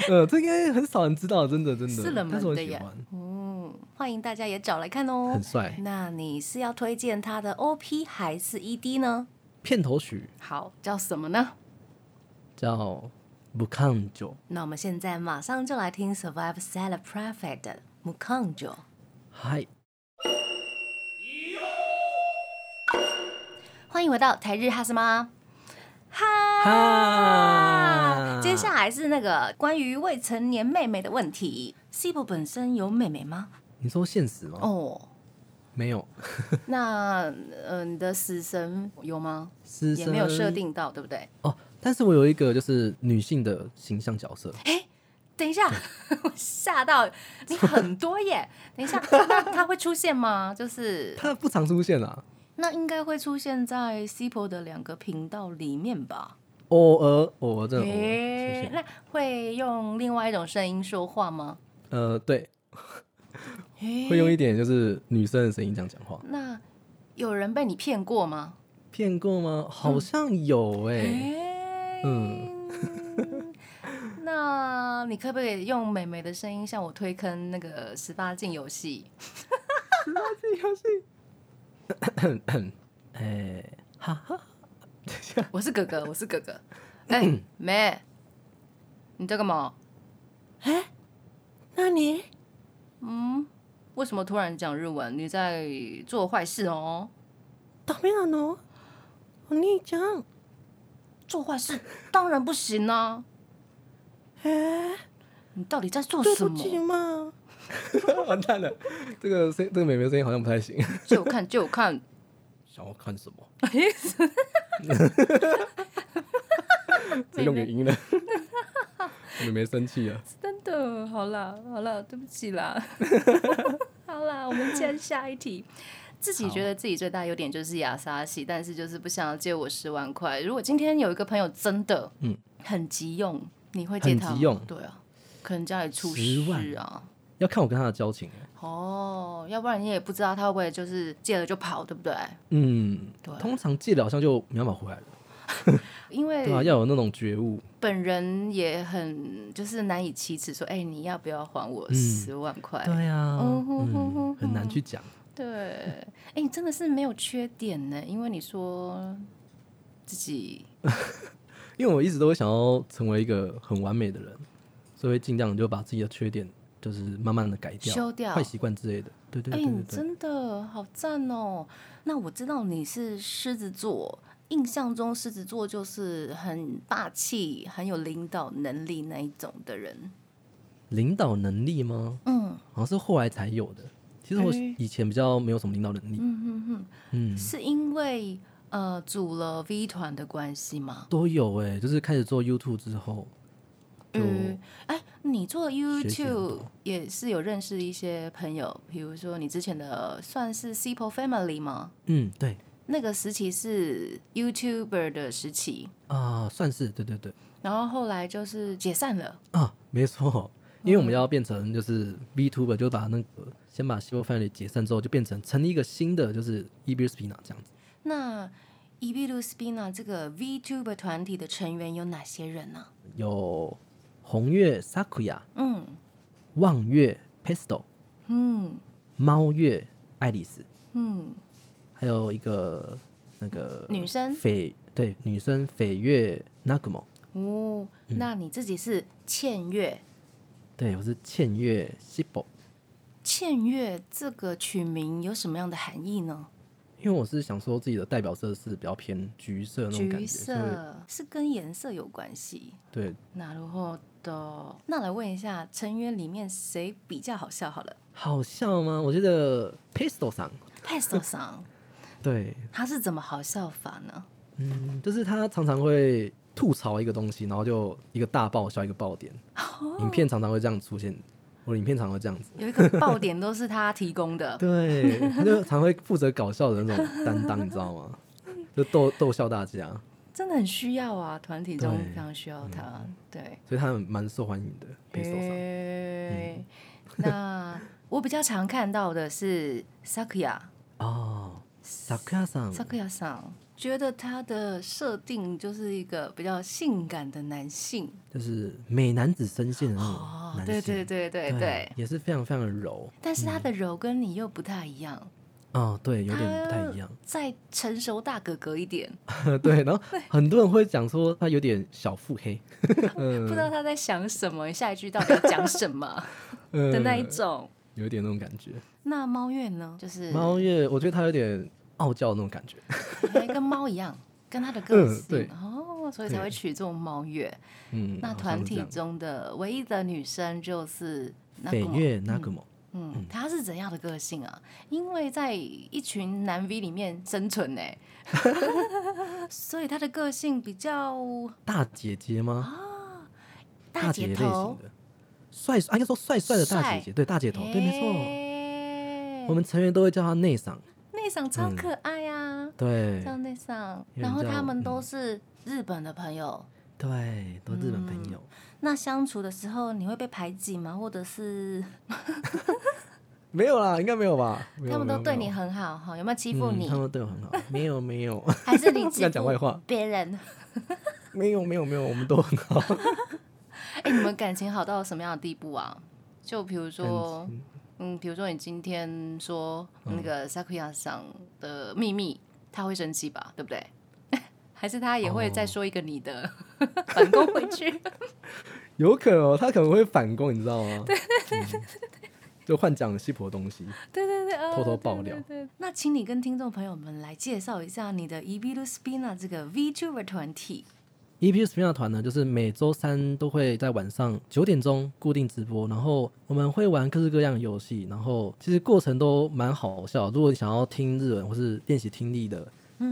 S3: 呃，这应该很少人知道，真的真的，
S2: 是冷
S3: 但是我
S2: 门的
S3: 很喜
S2: 耶
S3: 欢。。
S2: 嗯，欢迎大家也找来看哦
S3: 很。帅，
S2: 那你是要推荐他的 OP 还是 ED 呢？
S3: 片头曲
S2: 好，叫什么呢？
S3: 叫《不抗酒》。
S2: 那我们现在马上就来听 Survive Salad Prophet 的《m u k a n j o
S3: 嗨，
S2: 欢迎回到台日哈什么？哈
S3: 哈！
S2: 接下来是那个关于未成年妹妹的问题。西部本身有妹妹吗？
S3: 你说现实吗？
S2: 哦，
S3: 没有，
S2: 那呃，你的死神有吗？
S3: 是
S2: 也没有设定到，对不对？
S3: 哦。但是我有一个就是女性的形象角色，
S2: 等一下， 我吓到你很多耶！等一下，那它会出现吗？就是
S3: 她不常出现啊，
S2: 那应该会出现在西婆的两个频道里面吧？
S3: 偶尔偶尔真的偶尔出
S2: 诶
S3: 现。
S2: 那会用另外一种声音说话吗？
S3: 呃，对，
S2: 会
S3: 会用一点就是女生的声音这样讲话。
S2: 那有人被你骗过吗？
S3: 骗过吗？好像有哎、嗯
S2: 嗯， 那你可不可以用美眉的声音向我推坑那个十八禁游戏？
S3: 哎、哈哈，
S2: 我是哥 哥，我是哥哥。哎，
S4: 嗯
S2: 妹，你在干嘛？
S4: 哎那你
S2: 嗯，为什么突然讲日文？你在做坏事哦，
S4: ダメなの？お兄ちゃん。
S2: 做坏事当然不行啊！
S4: えー、
S2: 你到底在做
S4: 哎对
S2: 什
S4: 不
S2: 么？
S4: 起嘛。
S3: 完蛋了，这个声这个妹妹声音好像不太行。
S2: 借我看，借我看。
S3: 想要看什么？这用语音 了，妹妹生气 了。
S2: 真的，好啦，好啦，对不起 啦，好啦，我们接下一题。自己觉得自己最大优点就是雅莎系，但是就是不想要借我十万块。如果今天有一个朋友真的，
S3: 嗯
S2: 很急用，你会借他吗？
S3: 很急用
S2: 对啊，可能家里出
S3: 10
S2: 事
S3: 万
S2: 啊。
S3: 要看我跟她的交情欸。
S2: 哦，要不然你也不知道他会不会就是借了就跑，对不对？
S3: 嗯
S2: 对，
S3: 通常借了好像就没办法回来了，
S2: 因为
S3: 对啊吧、要有那种觉悟，
S2: 本人也很就是难以启齿，说，哎、你要不要还我
S3: 嗯
S2: 十万块？
S3: 对啊，
S2: 嗯哼哼
S3: 嗯
S2: 哼，
S3: 很难去讲。
S2: 对，哎、你真的是没有缺点呢，因为你说自己
S3: 因为我一直都会想要成为一个很完美的人，所以会尽量就把自己的缺点就是慢慢的改掉、
S2: 修掉
S3: 坏习惯之类的。对对
S2: 哎、
S3: 对
S2: 你
S3: 对对，
S2: 真的好赞哦！那我知道你是狮子座，印象中狮子座就是很霸气、很有领导能力那一种的人。
S3: 领导能力吗？
S2: 嗯
S3: 好像是后来才有的。其实我
S2: 哎
S3: 以前比较没有什么领导能力，
S2: 嗯哼哼，
S3: 嗯，
S2: 是因为呃组了 V 团的关系吗？
S3: 都有哎、就是开始做 YouTube 之后，就
S2: 嗯，哎、你做
S3: 习很
S2: YouTube
S3: 多
S2: 也是有认识一些朋友，比如说你之前的算是 c i p o Family 吗？
S3: 嗯，对
S2: 那个时期是 YouTuber 的时期，
S3: 啊，算是对对对
S2: 然后后来就是解散了。
S3: 啊，没错，
S2: 嗯
S3: 因为我们要变成就是 VTuber，就把那个先把西部范围解散之后，就变成成立一个新的就是 e b r s p i n a 这样子。
S2: 那 e b i l u s p i n a 这个 VTuber 团体的成员有哪些人呢、
S3: 有红月 Sakuya、
S2: 嗯
S3: 望月 Pesto、
S2: 嗯
S3: 猫月爱丽丝，
S2: 嗯，
S3: 还有一个那个
S2: 女生
S3: 斐对女生斐月 Nagumo，
S2: 哦，
S3: 嗯
S2: 那你自己是倩月。
S3: 对我是倩月 Sibo，
S2: 倩月这个取名有什么样的含义呢？
S3: 因为我是想说自己的代表色是比较偏橘色那种感
S2: 橘
S3: 觉，所以
S2: 色是跟颜色有关系。
S3: 对
S2: なるほど。那来问一下，成员里面谁比较好笑？好了
S3: 好笑吗？我觉得 Pesto 上
S2: ，Pesto 桑，
S3: 对，
S2: 他是怎么好笑法呢？
S3: 嗯，就是他常常会
S2: 哦
S3: 吐槽一个东西，然后就一个大爆笑一个爆点，影片常常会这样出现。我的影片常会这样子。，
S2: 有一个爆点都是他提供的
S3: 对，他就常会负责搞笑的那种担当，你知 道吗？就逗逗笑大家，
S2: 真的很需要啊，团体中
S3: 对嗯
S2: 非常需要他。对，
S3: 所以他们蛮受欢迎的。贝手上嗯
S2: 诶那我比较常看到的是 Sakuya
S3: 哦，萨克亚桑，
S2: Sakuya 桑，觉得他的设定就是一个比较性感的男性
S3: 就是美男子声线的那
S2: 哦
S3: 种，嗯男性，
S2: 对对对对
S3: 对
S2: 对，
S3: 也是非常非常的柔。
S2: 但是他的柔跟你又不太一样，
S3: 哦，对，有
S2: 他
S3: 点不太一样。
S2: 再成熟大哥哥一点，
S3: 对，然后很多人会讲说他有点小腹黑，嗯
S2: 不知道他在想什么，下一句到底要讲什 么
S3: 的
S2: 的那一，种。嗯
S3: 有一点那种感觉。
S2: 那猫月呢？就是
S3: 猫月，我觉得他有点傲娇的那种感觉。
S2: 哎跟猫一样，跟他的个
S3: 嗯
S2: 性、
S3: 对
S2: 哦，所以才
S3: 对
S2: 会取作猫月。
S3: 嗯，
S2: 那
S3: 好像
S2: 团
S3: 是这
S2: 体
S3: 样
S2: 中的唯一的女生就是那
S3: 北
S2: 个
S3: 月那个某，
S2: 嗯，她是怎样的个性啊？因为在一群男 V 里面生存呢、 所以她的个性比较啊
S3: 大姐姐吗？大
S2: 姐
S3: 类型
S2: 头，
S3: 的，帅啊，应该说帅帅的大
S2: 帅
S3: 姐姐，对大姐头，对，没错。
S2: 错
S3: 我们成员都会叫她内嗓，
S2: 哎内嗓超可爱啊，
S3: 对
S2: 叫内嗓。
S3: 有人
S2: 然后
S3: 叫
S2: 他们
S3: 嗯
S2: 都是日本的朋友，
S3: 对，都日本朋友。
S2: 那相处的时候你会被排挤吗？或者是
S3: 没有啦，应该没有吧？没有
S2: 他们
S3: 没
S2: 都
S3: 有
S2: 对
S3: 没
S2: 你
S3: 有
S2: 很好哈？有没有欺负
S3: 嗯
S2: 你
S3: 他？们对我很好，没有没有
S2: 还是你
S3: 不
S2: 欺
S3: 敢讲
S2: 负
S3: 坏话
S2: 别人？
S3: 没有没有没有，我们都很好。
S2: 哎、你们感情好到什么样的地步啊？就比如说，嗯，比如说你今天说
S3: 嗯
S2: 那个 Sakuya 上的秘密，他会生气吧？对不 对？还是他也会
S3: 哦
S2: 再说一个你的、 反攻回去？
S3: 有可能、哦、他可能会反攻，你知道吗？对对对就幻讲西婆的东西，
S2: 对对对，哦
S3: 偷偷爆料
S2: 对对对那请你跟听众朋友们来介绍一下你的 e v i l u Spina 这个 VTuber 团体。
S3: EP Spring 团呢，就是每周三都会在晚上九点钟固定直播，然后我们会玩各式各样的游戏，然后其实过程都蛮好笑。如果你想要听日文或是练习听力的，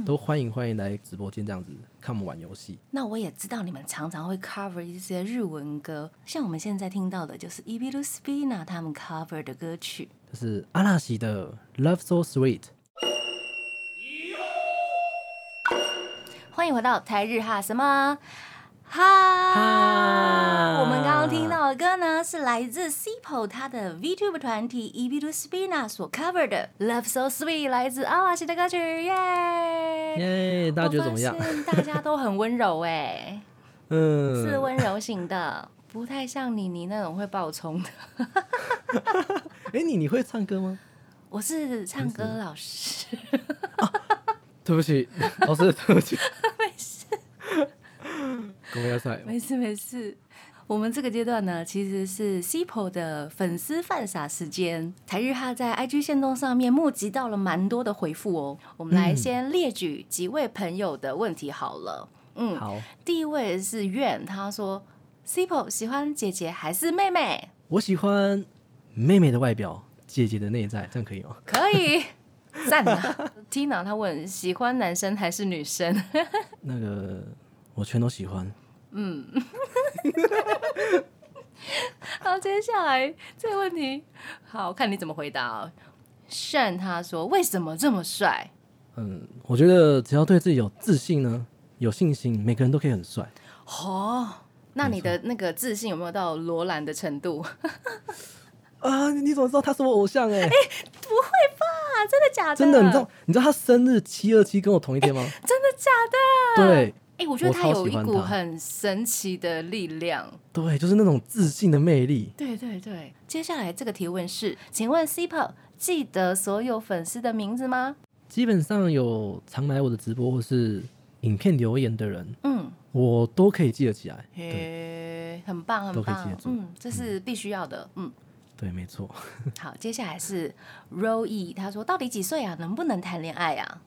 S3: 都欢迎欢迎来直播间这样子看我们玩游戏。
S2: 那我也知道你们常常会 cover 一些日文歌，像我们现在听到的就是 e v i l u Spina 他们 cover 的歌曲。
S3: 就是阿拉西的《Love So Sweet》。
S2: 欢迎回到台日哈什么哈？
S3: 哈
S2: 我们刚刚听到的歌呢，是来自 Cipo 他的 VTube 团体 e b i l Spina 所 cover 的《Love So Sweet》，来自阿拉西的歌曲，耶！
S3: 耶，大家觉得怎么样
S2: 我？发现大家都很温柔哎、
S3: 嗯，
S2: 是温柔型的，不太像妮妮那种会爆冲的。
S3: 哎，你你会唱歌吗？
S2: 我是唱歌老师，
S3: 对不起，老师，哦对不起，没事。ごめんなさい。
S2: 没事没事。我们这个阶段呢，其实是 Cipo 的粉丝犯傻时间。台日哈在 IG 线动上面募集到了蛮多的回复哦。我们来
S3: 嗯
S2: 先列举几位朋友的问题好了。嗯，
S3: 好，
S2: 第一位是苑，他说 Cipo 喜欢姐姐还是妹妹？
S3: 我喜欢妹妹的外表，姐姐的内在，这样可以吗？
S2: 可以， 赞啊！Tina 他问喜欢男生还是女生？
S3: 那个我全都喜欢。
S2: 好，接下来这个问题，好看你怎么回答、哦。炫他说为什么这么帅？
S3: 嗯，我觉得只要对自己有自信呢，有信心，每个人都可以很帅。
S2: 哦，那你的那个自信有没有到罗兰的程度？啊，
S3: 啊，你怎么知道他是我偶像、哎、
S2: 真的假的？
S3: 真的，你知道，你知道他生日七二七跟我同一天吗？
S2: 真的假的？
S3: 对，
S2: 哎、我觉得
S3: 我
S2: 他
S3: 超
S2: 有
S3: 喜
S2: 一
S3: 欢
S2: 股
S3: 他
S2: 很神奇的力量。
S3: 对，就是那种自信的魅力。
S2: 对对对，接下来这个提问是，请问 Cipo 记得所有粉丝的名字吗？
S3: 基本上有常来我的直播或是影片留言的人，
S2: 嗯，
S3: 我都可以记得起来。对
S2: 嘿，很棒，很
S3: 都可以
S2: 棒
S3: 记得，住
S2: 嗯，这是必须要的，嗯。
S3: 对，没错。
S2: 好，接下来是 Roe，他说到底几岁啊？能不能谈恋爱啊？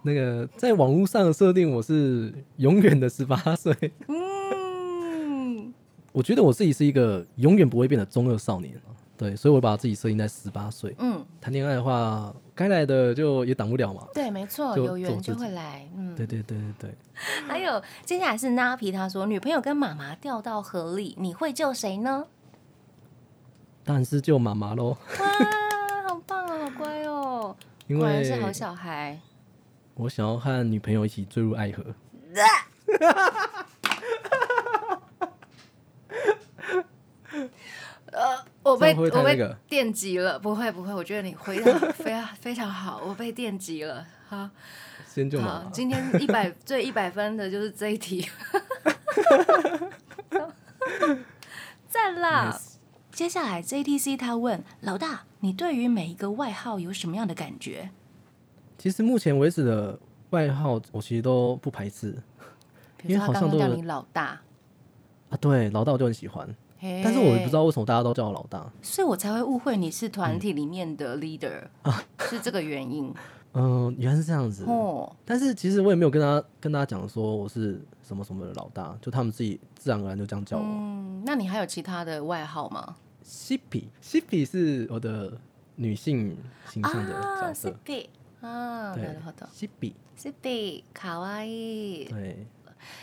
S3: 那个在网络上的设定，我是永远的十八岁。
S2: 嗯，
S3: 我觉得我自己是一个永远不会变的中二少年，啊对，所以我把自己设定在十八岁。
S2: 嗯，
S3: 谈恋爱的话，该来的就也挡不了嘛。
S2: 对，没错，
S3: 就
S2: 有缘
S3: 做
S2: 就
S3: 自己
S2: 会来，嗯，
S3: 对对对对对，
S2: 还有，接下来是 Napi，他说女朋友跟妈妈掉到河里，你会救谁呢？
S3: 当然是救妈妈喽，
S2: 哇， 好棒哦，好乖哦，
S3: 因
S2: 果然
S3: 为
S2: 是好小孩。
S3: 我想要和女朋友一起坠入爱河。
S2: 呃，我被
S3: 这样会不会太
S2: 我被
S3: 那个
S2: 电击了，不会不会，我觉得你回答非常 非常好，我被电击了。好，
S3: 先救妈
S2: 好，
S3: 妈，
S2: 今天一百最一百分的就是这一题， 赞啦。接下来 JTC 他问老大，你对于每一个外号有什么样的感觉？
S3: 其实目前为止的外号，我其实都不排斥
S2: 比如
S3: 因为
S2: 说
S3: 好
S2: 他
S3: 像
S2: 刚刚
S3: 都
S2: 叫
S3: 有
S2: 你老大，
S3: 啊。对，老大我就很喜欢，
S2: 但
S3: 但是我也不知道为嗯什么大家都叫我老大。
S2: 所以我才会误会你是团体里面的 leader，、是这个原因。
S3: 嗯、原啊 来是这样子。
S2: 哦，
S3: 但是其实我也没有跟他跟大家讲说我是什么什么的老大，就他们自己自然而然就这样叫我。
S2: 嗯，那你还有其他的外号吗？
S3: 西皮，西皮是我的女性形象的角色。
S2: ，CP 啊，
S3: 对
S2: なるほど。
S3: 西比，
S2: CP 卡哇伊。
S3: 对，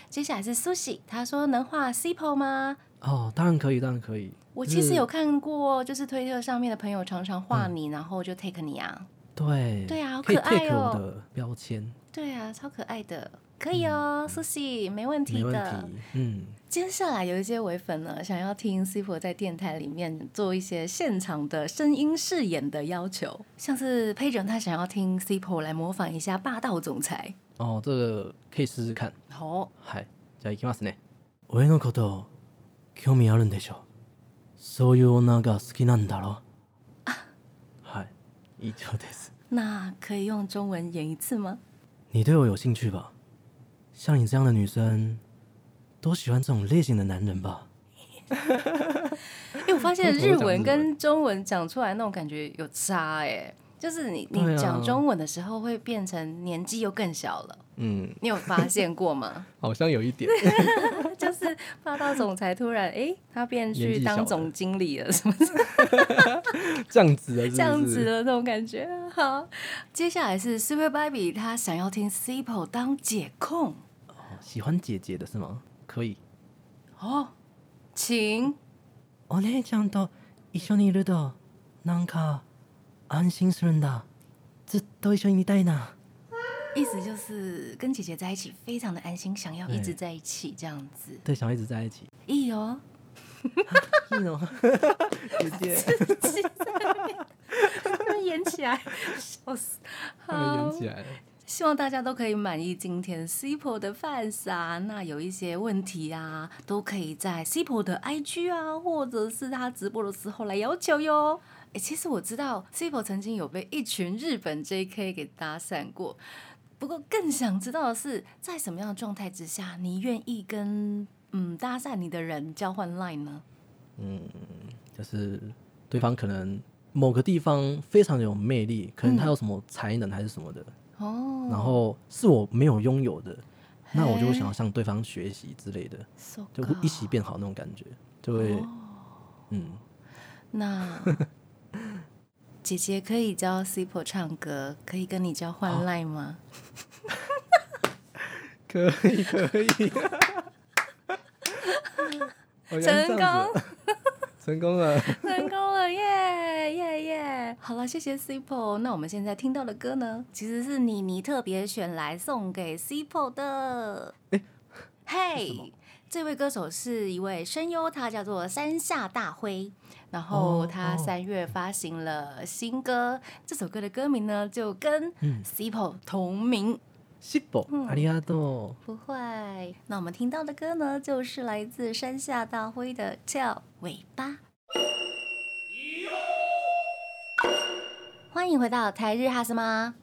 S2: 接下来是苏喜，他说能画 CP 吗？
S3: 哦，当然可以，当然可以。
S2: 我
S3: 就
S2: 其实
S3: 是
S2: 有看过，就是推特上面的朋友常常画你，然后就 take 你啊。
S3: 对
S2: 对啊好
S3: 可以
S2: 可爱
S3: take
S2: 哦
S3: 我的标签，
S2: 对啊，超可爱的，可以哦，苏喜没问题
S3: 没问
S2: 的。
S3: 题。嗯，
S2: 接下来有一些唯粉呢，想要听 C 婆在电台里面做一些现场的声音饰演的要求，像是佩准他想要听 C 婆来模仿一下霸道总裁。
S3: 哦，这个可以试试看。
S2: 哦，
S3: はい、じゃあ行きますね。俺のこと興味あるんでしょ。そういう女が好きなんだろ。 はい、以上です。
S2: 那可以用中文演一次吗？
S3: 你对我有兴趣吧？像你这样的女生，都喜欢这种类型的男人吧？
S2: 因为我发现
S3: 我
S2: 日
S3: 讲日
S2: 文
S3: 文
S2: 跟中文讲出来那种感觉有差哎、就是你
S3: 对
S2: 你
S3: 啊
S2: 讲中文的时候会变成年纪又更小了，
S3: 嗯，
S2: 你有发现过 吗？
S3: 好像有一点。
S2: 就是霸道总裁突然哎、诶他变
S3: 年
S2: 去
S3: 纪小
S2: 当
S3: 了
S2: 总经理了什么
S3: 这样子的，啊是不是
S2: 这样子的那种感觉。好，接下来是 Super Baby，他想要听 Simple 当解控
S3: 哦喜欢姐姐的是吗？可以。
S2: 哦，请
S3: お姉ちゃんと一緒にいるとなんか安心するんだ。ずっと一緒にいたいな。
S2: 意思就是跟姐姐在一起非常的安心，想要一直在一起这样子。
S3: 对，想要一直在一起。
S2: 咦哟、哦，
S3: いいの直接。
S2: 他们演起来，笑死。好，
S3: 来了。
S2: 希望大家都可以满意今天 Simple 的饭撒。那有一些问题啊，都可以在 Simple 的 IG 啊，或者是他直播的时候来要求哟。诶，其实我知道 Simple 曾经有被一群日本 JK 给搭讪过，不过更想知道的是，在什么样的状态之下，你愿意跟嗯搭讪你的人交换 Line 呢？
S3: 嗯就是对方可能某个地方非常有魅
S2: 嗯
S3: 力，可能他有什么才能还是什么的，
S2: 哦，
S3: 然后是我没有拥有的，那我就会
S2: 嘿
S3: 想要向对方学习之类的，
S2: so
S3: 就
S2: good
S3: 一起变好那种感觉，就会、
S2: 哦
S3: 嗯，
S2: 那姐姐可以教 Simple 唱歌，可以跟你交换 Line 吗？
S3: 可以可以，哦原来是这样子成功了，
S2: 成功了，耶耶耶！好了，谢谢 Simple。那我们现在听到的歌呢，其实是妮妮特别选来送给 Simple 的。嘿、这位歌手是一位声优，他叫做山下大辉。然后
S3: 哦
S2: 他
S3: 哦
S2: 三月发行了新歌，这首歌的歌名呢就跟
S3: 嗯
S2: Simple 同名。
S3: 西伯，
S2: 嗯
S3: 阿里亚多，
S2: 不会。那我们听到的歌呢，就是来自山下大辉的《跳尾巴》。欢迎回到台日哈什么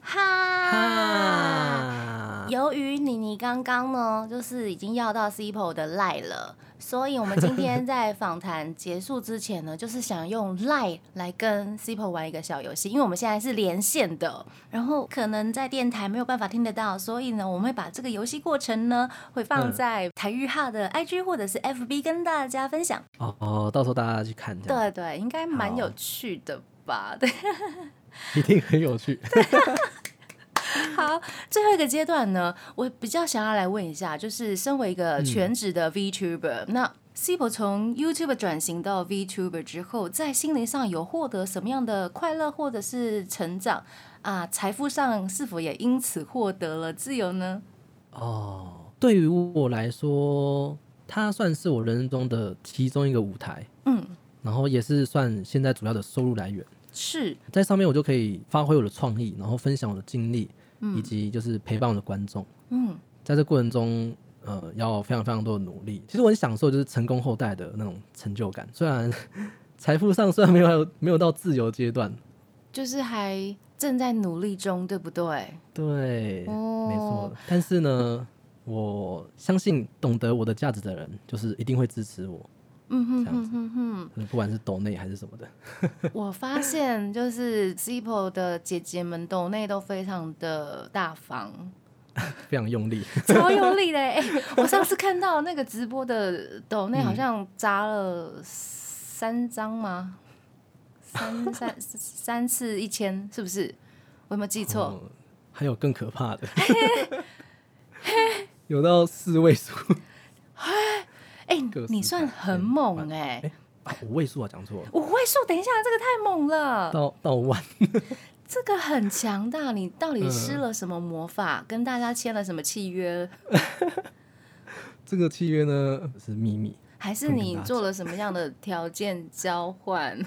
S2: 哈。
S3: 哈，
S2: 由于妮妮刚刚呢，就是已经要到 Simple 的赖了，所以我们今天在访谈结束之前呢，就是想用赖来跟 Simple 玩一个小游戏，因为我们现在是连线的，然后可能在电台没有办法听得到，所以呢，我们会把这个游戏过程呢，会放
S3: 嗯
S2: 在台日哈的 IG 或者是 FB 跟大家分享。
S3: 哦哦，到时候大家去看，这样
S2: 对对，应该蛮
S3: 好
S2: 有趣的吧？ 对。
S3: 一定很有趣。
S2: 好，最后一个阶段呢，我比较想要来问一下，就是身为一个全职的 VTuber，、那西伯从 YouTube 转型到 VTuber 之后，在心灵上有获得什么样的快乐或者是成长啊？财富上是否也因此获得了自由呢？
S3: 哦，对于我来说，它算是我人生中的其中一个舞台，
S2: 嗯，
S3: 然后也是算现在主要的收入来源。
S2: 是，
S3: 在上面我就可以发挥我的创意，然后分享我的经历，以及就是陪伴我的观众。
S2: 嗯，
S3: 在这过程中，呃，要非常非常多的努力。其实我很享受就是成功后代的那种成就感，虽然 财富上虽然没有没有到自由阶段，
S2: 就是还正在努力中，对不对？
S3: 对，
S2: 哦
S3: 没错。但是呢，我相信懂得我的价值的人，就是一定会支持我，
S2: 嗯哼
S3: 这样
S2: 哼
S3: 子
S2: 哼哼，
S3: 就是不管是抖内还是什么的。
S2: 我发现就是 Zippo 的姐姐们斗内都非常的大方，
S3: 非常用力，
S2: 超用力的、欸。我上次看到那个直播的抖内好像扎了三张吗？三三三次一千，是不是？我有没有记错？
S3: 嗯还有更可怕的，有到四位数，
S2: 哎、
S3: 个
S2: 你
S3: 四
S2: 算
S3: 百
S2: 很
S3: 千
S2: 猛
S3: 万
S2: 哎、
S3: 哎啊五位数啊，讲错了，
S2: 五位数，等一下，这个太猛了，
S3: 到到万，
S2: 这个很强大。你到底施了什么魔法？跟大家签了什么契约？
S3: 这个契约呢是秘 密，
S2: 还是
S3: 不能
S2: 你
S3: 拿
S2: 做了什么样的条件交换？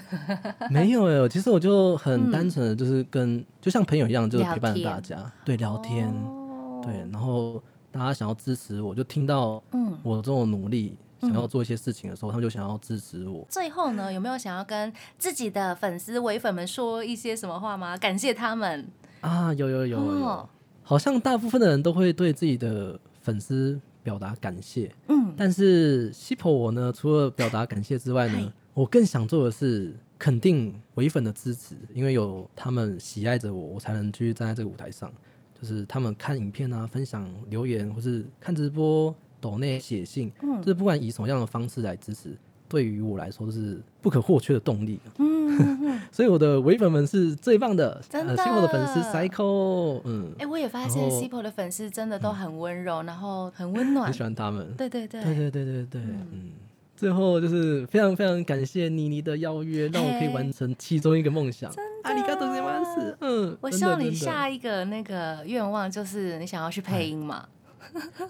S3: 没有哎，其实我就很单纯的，就是跟、就像朋友一样，就是
S2: 嗯聊
S3: 陪伴
S2: 天
S3: 大家，对，聊天，
S2: 哦
S3: 对，，然后大家想要支持我，就听到
S2: 嗯。
S3: 我这种努力想要做一些事情的时候，他们就想要支持我。
S2: 最后
S3: 嗯
S2: 呢，有没有想要跟自己的粉丝、唯粉们说一些什么话吗？感谢他们。
S3: 啊，有有有有，
S2: 哦
S3: 好像大部分的人都会对自己的粉丝表达感谢，
S2: 嗯，
S3: 但是西婆我呢，除了表达感谢之外
S2: 嗨
S3: 呢，我更想做的是肯定唯粉的支持，因为有他们喜爱着我，我才能继续站在这个舞台上。就是他们看影片啊、分享留言，或是看直播、抖内写信，
S2: 嗯
S3: 就是不管以什么样的方式来支持，对于我来说都是不可或缺的动力。啊
S2: 嗯嗯，嗯
S3: 所以我的唯粉们是最棒的，
S2: 真
S3: 呃，辛苦我的粉丝
S2: 的
S3: Cycle，嗯，
S2: 哎，我也发
S3: 然
S2: 现
S3: 后
S2: c i p o 的粉丝真的都很温柔，然后很温暖
S3: 很喜。欢他们，
S2: 对对对
S3: 对对对对对，嗯。最后就是非常非常感谢妮妮的邀约，让我可
S2: 嘿
S3: 以完成其中一个梦想。阿里嘎多谢万斯，嗯，
S2: 我
S3: 真
S2: 希
S3: 的
S2: 望你
S3: 真的
S2: 下一个那个愿望就是你想要去
S3: 哎
S2: 配音嘛？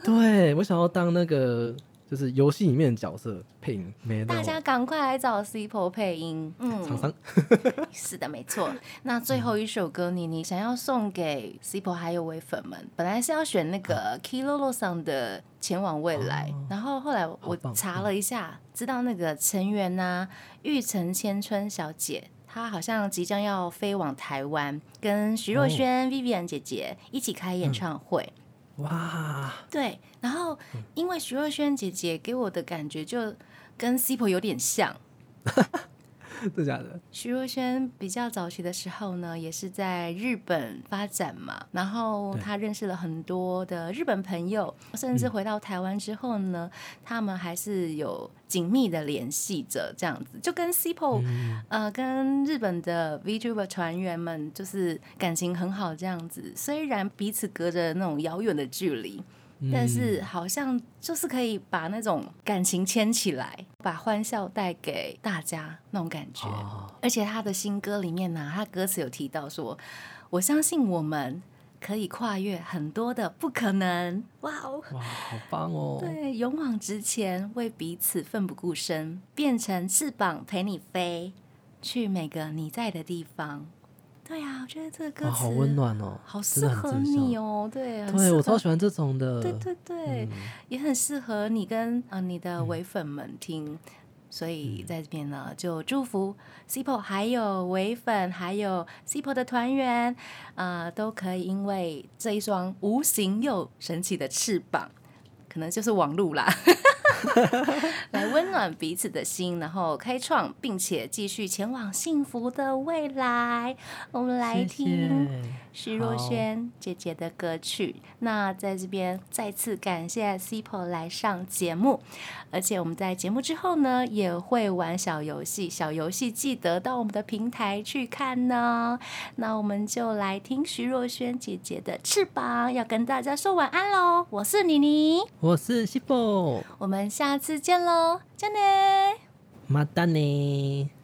S3: 对我想要当那个就是游戏里面的角色配音，没
S2: 大
S3: 那
S2: 家
S3: 种
S2: 赶快来找 c i p o 配音。
S3: 哦厂
S2: 嗯，
S3: 商
S2: 是的，没 错。那最
S3: 嗯
S2: 后一首歌，你你想要送给 c i p o 还有唯粉们，本来是要选那个 Kilolo 上的《前往未来》，然后后来我
S3: 哦棒嗯
S2: 查了一下，知道那个成员呐、玉城千春小姐。她好像即将要飞往台湾，跟徐若
S3: 哦
S2: 瑄、
S3: 嗯
S2: Vivian 姐姐一起开演唱会。
S3: 哇，
S2: 对，然后
S3: 嗯
S2: 因为徐若瑄姐姐给我的感觉就跟 c i p o 有点像。
S3: 真的假的？
S2: 徐若瑄比较早期的时候呢，也是在日本发展嘛，然后
S3: 对
S2: 她认识了很多的日本朋友，甚至回到台湾之后呢，他们还是有紧密的联系着，这样子就跟 c i p o 呃，跟日本的 VTuber 船员们就是感情很好，这样子，虽然彼此隔着那种遥远的距离，但是好像就是可以把那种感情牵起来，把欢笑带给大家那种感觉。
S3: 哦
S2: 而且他的新歌里面呢、他歌词有提到说：“我相信我们可以跨越很多的不可能。”哇哦！
S3: 哇，好棒哦！
S2: 对，勇往直前，为彼此奋不顾身，变成翅膀陪你飞，去每个你在的地方。对啊，我觉得这个歌词、
S3: 哇，好温，暖哦，
S2: 好
S3: 真
S2: 适
S3: 的
S2: 合
S3: 很正向
S2: 你。哦。对，很适
S3: 对，我超
S2: 合
S3: 喜欢这种的。嗯
S2: 对对对，也很适合你跟呃你的唯粉们听。所
S3: 嗯
S2: 以在这边呢，就祝福 c i p o 还有唯粉，还有 c i p o 的团员，呃，都可以因为这一双无形又神奇的翅膀，可能就是网路啦， 来温暖彼此的心，然后开创，并且继续前往幸福的未来。我们来
S3: 谢
S2: 听。
S3: 谢
S2: 徐若瑄姐姐的歌曲。那在这边再次感谢 Cipo 来上节目，而且我们在节目之后呢，也会玩小游戏，小游戏记得到我们的平台去看呢。那我们就来听徐若瑄姐姐的《翅膀》，要跟大家说晚安喽。我是妮妮，
S3: 我是西伯，
S2: 我们下次见喽，じゃあね
S3: またねー。